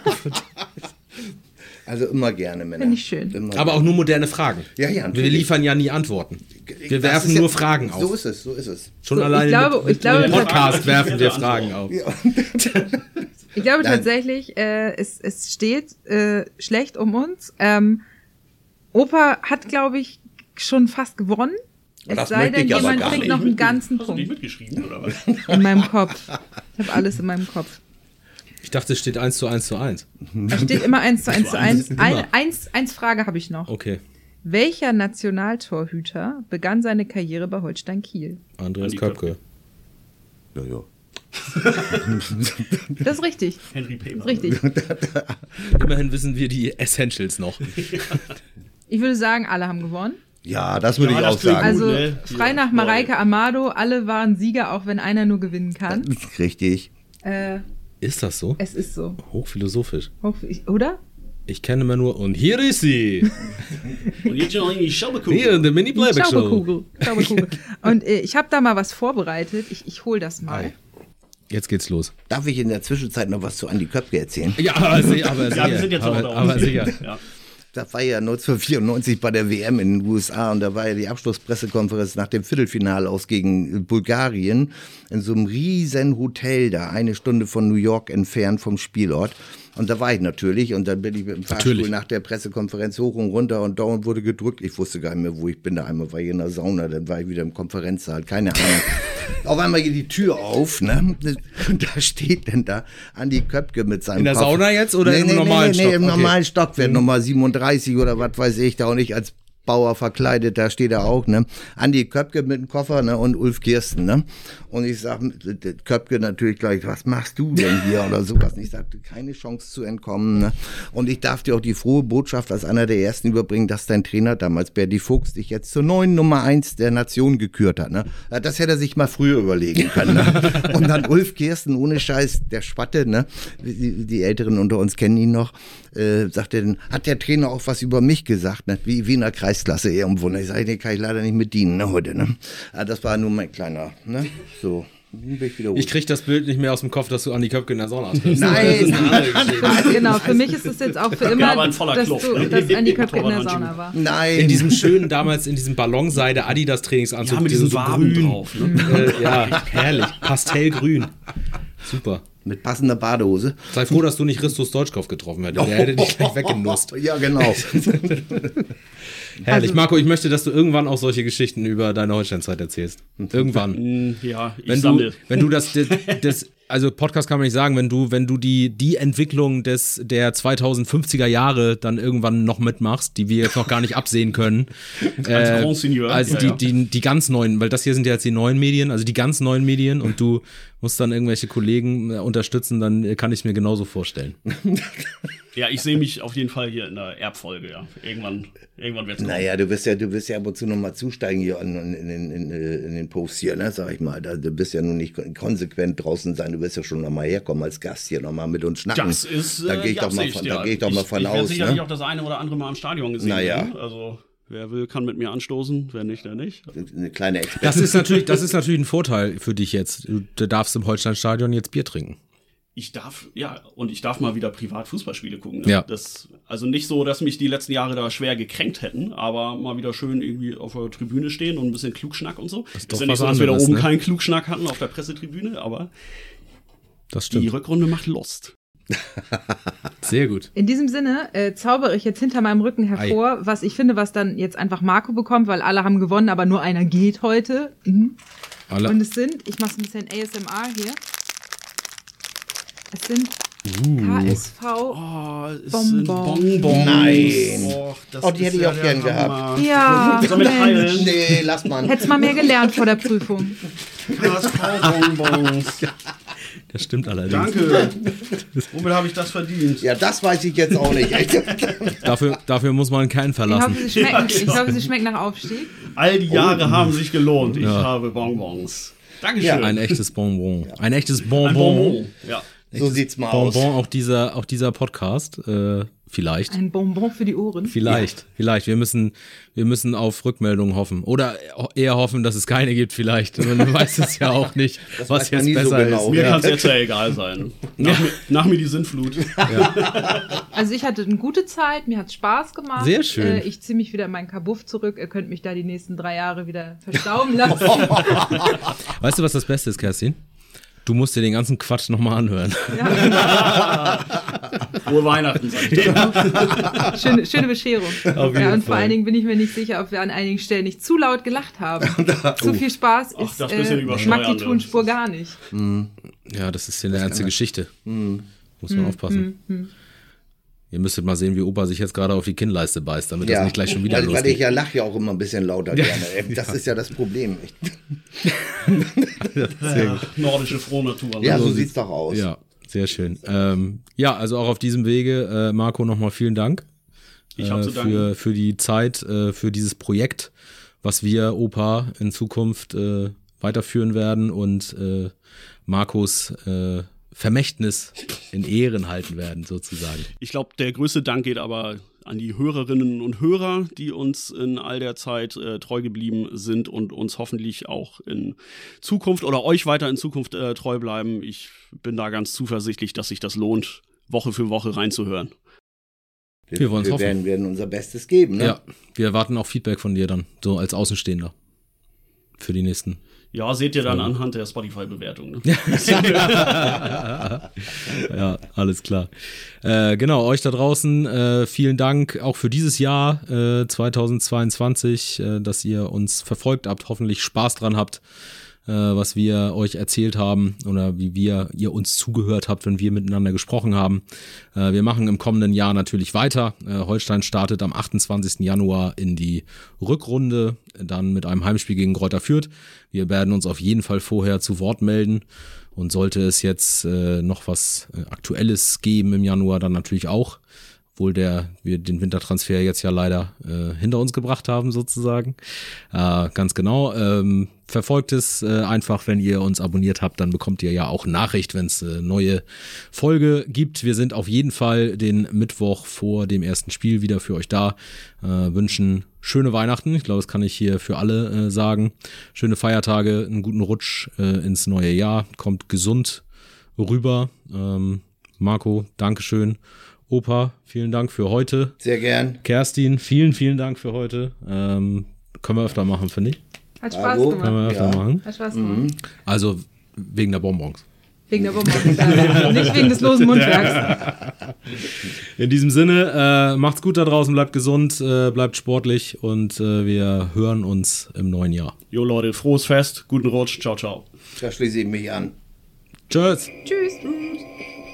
Speaker 3: Also immer gerne, Männer.
Speaker 4: Finde ich schön.
Speaker 3: Immer
Speaker 1: Aber auch nur moderne Fragen.
Speaker 3: Ja, ja,
Speaker 1: Wir
Speaker 3: natürlich.
Speaker 1: liefern ja nie Antworten.
Speaker 3: gerne.
Speaker 1: Wir
Speaker 3: Das
Speaker 1: werfen
Speaker 3: ist ja-
Speaker 1: nur Fragen
Speaker 3: So
Speaker 1: auf.
Speaker 3: ist es, so ist es.
Speaker 1: Schon
Speaker 4: So, ich
Speaker 1: alleine
Speaker 4: glaube-
Speaker 1: mit, mit
Speaker 4: ich glaube,
Speaker 1: dem
Speaker 4: das-
Speaker 1: Podcast werfen wir
Speaker 2: Ja.
Speaker 1: Fragen auf.
Speaker 4: Ich glaube
Speaker 3: Nein.
Speaker 4: tatsächlich, äh, es, es steht äh, schlecht um uns. Ähm, Opa hat, glaube ich, schon fast gewonnen. Es
Speaker 3: das
Speaker 4: sei
Speaker 3: möchte
Speaker 4: denn,
Speaker 3: ich aber
Speaker 4: jemand
Speaker 3: gar
Speaker 4: kriegt
Speaker 3: nicht.
Speaker 4: noch einen ganzen
Speaker 2: Hast du nicht
Speaker 4: Punkt
Speaker 2: mitgeschrieben, oder was?
Speaker 4: in meinem Kopf. Ich habe alles in meinem Kopf.
Speaker 1: Ich dachte, es steht 1 zu 1 zu 1.
Speaker 4: Da steht immer eins zu eins zu eins.
Speaker 1: Immer.
Speaker 4: Eine, eins, eins Frage habe ich noch.
Speaker 1: Okay.
Speaker 4: Welcher Nationaltorhüter begann seine Karriere bei Holstein Kiel?
Speaker 1: Andreas
Speaker 2: Andi
Speaker 1: Köpke.
Speaker 3: Ja, ja.
Speaker 4: Das ist richtig.
Speaker 2: Henry Paper.
Speaker 4: Das ist richtig.
Speaker 1: Immerhin wissen wir die Essentials noch.
Speaker 4: Ich würde sagen, alle haben gewonnen.
Speaker 3: Ja, das würde
Speaker 2: Ja,
Speaker 3: ich
Speaker 2: das
Speaker 3: auch
Speaker 2: klingt
Speaker 3: sagen.
Speaker 4: Also
Speaker 2: ne?
Speaker 4: frei
Speaker 2: Ja,
Speaker 4: nach
Speaker 2: neu.
Speaker 4: Mareike Amado, alle waren Sieger, auch wenn einer nur gewinnen kann.
Speaker 3: Richtig.
Speaker 4: Äh,
Speaker 1: Ist das so?
Speaker 4: es ist so.
Speaker 1: Hochphilosophisch.
Speaker 4: Hoff ich- Oder?
Speaker 1: Ich kenne immer nur, und hier ist sie.
Speaker 2: Und jetzt schon irgendwie Schaubekugel.
Speaker 1: Hier in der
Speaker 4: Die
Speaker 1: Mini-Playback-Show.
Speaker 4: Zauberkugel. Zauberkugel. Und äh, ich habe da mal was vorbereitet. Ich, ich hole das mal.
Speaker 1: Jetzt geht's los.
Speaker 3: Darf ich in der Zwischenzeit noch was zu Andi Köpke erzählen?
Speaker 1: Ja, aber sicher. Aber
Speaker 2: Ja, wir sind jetzt
Speaker 1: aber,
Speaker 2: noch da
Speaker 1: aber sicher.
Speaker 2: Ja.
Speaker 3: Das war ja 1994 bei der WM in den USA und da war ja die Abschlusspressekonferenz nach dem Viertelfinale aus gegen äh, Bulgarien in so einem riesen Hotel da, eine Stunde von New York entfernt vom Spielort. Und da war ich natürlich und dann bin ich mit dem
Speaker 1: Natürlich.
Speaker 3: Fahrstuhl nach der Pressekonferenz hoch und runter und dauernd wurde gedrückt. Ich wusste gar nicht mehr, wo ich bin. Da einmal war ich in der Sauna, dann war ich wieder im Konferenzsaal, keine Ahnung. auf einmal geht die Tür auf, ne? Und da steht denn da Andi Köpke mit seinem
Speaker 1: In der
Speaker 3: Kopf.
Speaker 1: Sauna jetzt oder im normalen
Speaker 3: nee,
Speaker 1: Stock?
Speaker 3: im
Speaker 1: Okay. Mhm.
Speaker 3: normalen Stockwerk, Nummer 37 oder was weiß ich, da und ich als Bauer verkleidet, da steht er auch, ne? Andi Köpke mit dem Koffer, ne? Und Ulf Kirsten, ne? Und ich sag, Köpke natürlich gleich, was machst du denn hier oder sowas? Und ich sagte, keine Chance zu entkommen, ne? Und ich darf dir auch die frohe Botschaft als einer der ersten überbringen, dass dein Trainer damals, Berdi Fuchs, dich jetzt zur neuen Nummer eins der Nation gekürt hat, ne? Ja, Das hätte er sich mal früher überlegen können, ne?
Speaker 1: genau.
Speaker 3: Und dann Ulf Kirsten, ohne Scheiß, der Spatte, ne? Die, die Älteren unter uns kennen ihn noch, äh, sagte dann, hat der Trainer auch was über mich gesagt, ne? Wie, wie in der Kreisklasse um irgendwo. Ne? Ich sage, nee, kann ich leider nicht mit dienen, ne, heute, ne? Ah, das war nur mein kleiner, ne? So. Bin ich wieder
Speaker 1: Ich krieg das Bild nicht mehr aus dem Kopf, dass du Andi Köpke in der Sauna hast.
Speaker 3: Nein,
Speaker 4: Genau, für mich ist es jetzt auch für immer,
Speaker 2: aber ein voller
Speaker 4: dass,
Speaker 2: Kluft,
Speaker 4: du,
Speaker 2: ne?
Speaker 4: dass Andi Köpke in der
Speaker 2: Torwart
Speaker 4: Sauna war.
Speaker 3: nein.
Speaker 1: In diesem schönen, damals in diesem Ballonseide Adidas Trainingsanzug.
Speaker 2: Ja, mit
Speaker 1: die sind
Speaker 2: diesen Waben drauf. Ne?
Speaker 1: Äh, ja, herrlich. Pastellgrün. Super.
Speaker 3: mit passender Badehose.
Speaker 1: Sei froh, dass du nicht Christus Deutschkopf getroffen hättest. Der hätte dich gleich weggenusst.
Speaker 3: Ja, genau.
Speaker 1: Herrlich.
Speaker 4: Also-
Speaker 1: Marco, ich möchte, dass du irgendwann auch solche Geschichten über deine Holsteinzeit erzählst. Irgendwann.
Speaker 4: Mhm.
Speaker 2: Hm, Ja, ich
Speaker 1: Wenn du,
Speaker 2: sammle.
Speaker 1: wenn du das, das, das, also Podcast kann man nicht sagen, wenn du, wenn du die, die Entwicklung des, der 2050er Jahre dann irgendwann noch mitmachst, die wir jetzt noch gar nicht absehen können.
Speaker 2: Als Grand Senior.
Speaker 1: Also
Speaker 2: Ja, ja.
Speaker 1: die, die, die ganz neuen, weil das hier sind ja jetzt die neuen Medien, also die ganz neuen Medien und du musst dann irgendwelche Kollegen äh, unterstützen, dann äh, kann ich mir genauso vorstellen.
Speaker 2: Ja, ich sehe mich auf jeden Fall hier in der Erbfolge, ja. Irgendwann, irgendwann wird's kommen.
Speaker 3: Naja, du wirst ja, du wirst ja ab und zu nochmal zusteigen hier in, in, in, in, äh, in den Post hier, ne, sag ich mal. Da, du bist ja nun nicht kon- konsequent draußen sein, du wirst ja schon nochmal herkommen als Gast hier nochmal mit uns schnacken.
Speaker 2: Das ist.
Speaker 3: hm. da
Speaker 2: äh,
Speaker 3: gehe ich,
Speaker 2: die
Speaker 3: doch mal
Speaker 2: Absicht,
Speaker 3: von,
Speaker 2: ja.
Speaker 3: da geh ich doch mal von
Speaker 2: ich, Ich werde
Speaker 3: aus,
Speaker 2: sicherlich auch
Speaker 3: ne?
Speaker 2: das eine oder andere Mal im Stadion gesehen.
Speaker 3: Naja.
Speaker 2: werden. Also, wer will, kann mit mir anstoßen. Wer nicht, der nicht.
Speaker 3: Eine kleine Expertin.
Speaker 1: Das ist natürlich, das ist natürlich ein Vorteil für dich jetzt. Du, du darfst im Holsteinstadion jetzt Bier trinken.
Speaker 2: Ich darf, ja, und ich darf mal wieder privat Fußballspiele gucken. Ne?
Speaker 1: Ja.
Speaker 2: Das, also nicht so, dass mich die letzten Jahre da schwer gekränkt hätten, aber mal wieder schön irgendwie auf der Tribüne stehen und ein bisschen Klugschnack und so.
Speaker 1: ist
Speaker 2: Ist,
Speaker 1: doch
Speaker 2: ja nicht
Speaker 1: was
Speaker 2: so, dass wir da
Speaker 1: anderes,
Speaker 2: oben
Speaker 1: ne?
Speaker 2: keinen Klugschnack hatten auf der Pressetribüne, aber
Speaker 1: Das
Speaker 2: die
Speaker 1: stimmt.
Speaker 2: Rückrunde macht Lust.
Speaker 1: Sehr gut.
Speaker 4: In diesem Sinne äh, zaubere ich jetzt hinter meinem Rücken hervor, was ich finde, was dann jetzt einfach Marco bekommt, weil alle haben gewonnen, aber nur einer geht heute. Mhm.
Speaker 1: Alle,
Speaker 4: Und es sind, ich mache ein bisschen ASMR hier. Es sind
Speaker 1: Uh.
Speaker 4: KSV.
Speaker 2: Oh, es
Speaker 4: Bonbons.
Speaker 2: sind Bonbons.
Speaker 3: Nein.
Speaker 2: Och, das
Speaker 3: Oh, die
Speaker 2: ist
Speaker 3: hätte ich
Speaker 2: ja
Speaker 3: auch
Speaker 2: der
Speaker 3: gern
Speaker 2: Hammer.
Speaker 4: Ja,
Speaker 2: Sollen wir
Speaker 4: Mensch.
Speaker 2: teilen?
Speaker 3: nee, lass mal.
Speaker 4: Hättest mal mehr gelernt vor der Prüfung.
Speaker 2: KSV-Bonbons.
Speaker 1: das stimmt allerdings.
Speaker 2: Danke. Womit habe ich das verdient?
Speaker 3: Ja, das weiß ich jetzt auch nicht. Echt.
Speaker 1: Dafür, dafür muss man keinen
Speaker 4: Ich hoffe,
Speaker 1: verlassen.
Speaker 4: sie schmecken, ich hoffe, sie schmecken nach Aufstieg.
Speaker 2: All die Jahre haben sich gelohnt. Ich habe Bonbons. Dankeschön.
Speaker 3: Ja,
Speaker 1: Ein echtes Bonbon. Ein echtes
Speaker 2: Ein
Speaker 1: Bonbon.
Speaker 2: Bonbon. Ja.
Speaker 3: So sieht's mal aus.
Speaker 1: Bonbon, auch dieser, auch dieser Podcast. Äh, vielleicht.
Speaker 4: Ein Bonbon für die Ohren.
Speaker 1: Vielleicht, vielleicht. Wir müssen, wir müssen auf Rückmeldungen hoffen. Oder eher hoffen, dass es keine gibt, vielleicht. Man weiß es ja auch nicht, was
Speaker 3: weiß
Speaker 1: jetzt
Speaker 3: man nie so
Speaker 1: besser
Speaker 3: genau.
Speaker 1: ist.
Speaker 2: Mir
Speaker 3: Ja.
Speaker 2: kann es jetzt ja egal sein. Nach, mir, nach mir die Sinnflut.
Speaker 4: Also ich hatte eine gute Zeit, mir hat's Spaß gemacht.
Speaker 1: Sehr schön.
Speaker 4: Äh, ich ziehe mich wieder in meinen Kabuff zurück. Ihr könnt mich da die nächsten drei Jahre wieder verstauben lassen.
Speaker 1: Weißt du, was das Beste ist, Kerstin? Du musst dir den ganzen Quatsch nochmal anhören.
Speaker 2: Frohe Weihnachten. sag ich mal.
Speaker 4: schöne, schöne Bescherung. ja,
Speaker 1: jeden
Speaker 4: und vor
Speaker 1: Fall.
Speaker 4: allen Dingen bin ich mir nicht sicher, ob wir an einigen Stellen nicht zu laut gelacht haben.
Speaker 1: Oh.
Speaker 4: zu viel Spaß
Speaker 2: Ach,
Speaker 4: ist,
Speaker 2: das bisschen
Speaker 4: äh, mag die
Speaker 2: übersteuern,
Speaker 4: Tonspur
Speaker 2: das
Speaker 4: gar nicht.
Speaker 1: Ja, das ist hier eine ernste Geschichte.
Speaker 3: Mhm.
Speaker 1: Muss man aufpassen. Ihr müsstet mal sehen, wie Opa sich jetzt gerade auf die Kinnleiste beißt, damit das nicht gleich schon wieder
Speaker 3: weil, weil ich
Speaker 1: losgeht.
Speaker 3: ja lache ja auch immer ein bisschen lauter gerne. ey. Das ist ja das Problem. Echt.
Speaker 2: Ja, nordische Frohnatur.
Speaker 3: Ja,
Speaker 2: ne?
Speaker 3: so sieht's doch aus.
Speaker 1: Ja, sehr schön. Ähm, ja, also auch auf diesem Wege, äh, Marco, nochmal vielen Dank.
Speaker 2: Ich hab
Speaker 1: äh,
Speaker 2: zu danken.
Speaker 1: für, für die Zeit, äh, für dieses Projekt, was wir, Opa, in Zukunft äh, weiterführen werden und äh, Marcos äh, Vermächtnis in Ehren halten werden, sozusagen.
Speaker 2: Ich glaube, der größte Dank geht aber an die Hörerinnen und Hörer, die uns in all der Zeit äh, treu geblieben sind und uns hoffentlich auch in Zukunft oder euch weiter in Zukunft äh, treu bleiben. Ich bin da ganz zuversichtlich, dass sich das lohnt, Woche für Woche reinzuhören.
Speaker 1: Wir wollen's hoffen.
Speaker 3: werden, werden unser Bestes geben. Ne?
Speaker 1: Ja, wir erwarten auch Feedback von dir dann, so als Außenstehender. Für die nächsten.
Speaker 2: Ja, seht ihr dann anhand der Spotify-Bewertung. Ne?
Speaker 1: Ja, alles klar. Äh, genau, euch da draußen äh, vielen Dank auch für dieses Jahr äh, 2022, äh, dass ihr uns verfolgt habt, hoffentlich Spaß dran habt, äh, was wir euch erzählt haben oder wie wir ihr uns zugehört habt, wenn wir miteinander gesprochen haben. Äh, wir machen im kommenden Jahr natürlich weiter. Äh, Holstein startet am 28. Januar in die Rückrunde, dann mit einem Heimspiel gegen Kräuter Fürth. Wir werden uns auf jeden Fall vorher zu Wort melden. Und sollte es jetzt äh, noch was äh, Aktuelles geben im Januar, dann natürlich auch. obwohl der, wir den Wintertransfer jetzt ja leider äh, hinter uns gebracht haben, sozusagen. Äh, ganz genau. Ähm, verfolgt es äh, einfach, wenn ihr uns abonniert habt, dann bekommt ihr ja auch Nachricht, wenn es äh, neue Folge gibt. Wir sind auf jeden Fall den Mittwoch vor dem ersten Spiel wieder für euch da. Äh, wünschen schöne Weihnachten. Ich glaube, das kann ich hier für alle äh, sagen. Schöne Feiertage, einen guten Rutsch äh, ins neue Jahr. Kommt gesund rüber. Ähm, Marco, Dankeschön. Opa, vielen Dank für heute.
Speaker 3: Sehr gern.
Speaker 1: Kerstin, vielen, vielen Dank für heute. Ähm, können wir öfter machen, finde ich.
Speaker 4: Hat Spaß
Speaker 3: Bravo.
Speaker 1: Können wir
Speaker 4: gemacht.
Speaker 1: öfter
Speaker 3: Ja.
Speaker 1: machen.
Speaker 4: Hat Spaß gemacht.
Speaker 2: Mhm.
Speaker 1: Also wegen der Bonbons.
Speaker 4: Wegen der Bonbons. Ja. Nicht wegen des losen Mundwerks.
Speaker 1: In diesem Sinne, äh, macht's gut da draußen, bleibt gesund, äh, bleibt sportlich und äh, wir hören uns im neuen Jahr.
Speaker 2: Jo Leute, frohes Fest, guten Rutsch, ciao, ciao.
Speaker 3: Da schließe ich mich an.
Speaker 1: Tschüss!
Speaker 4: Tschüss.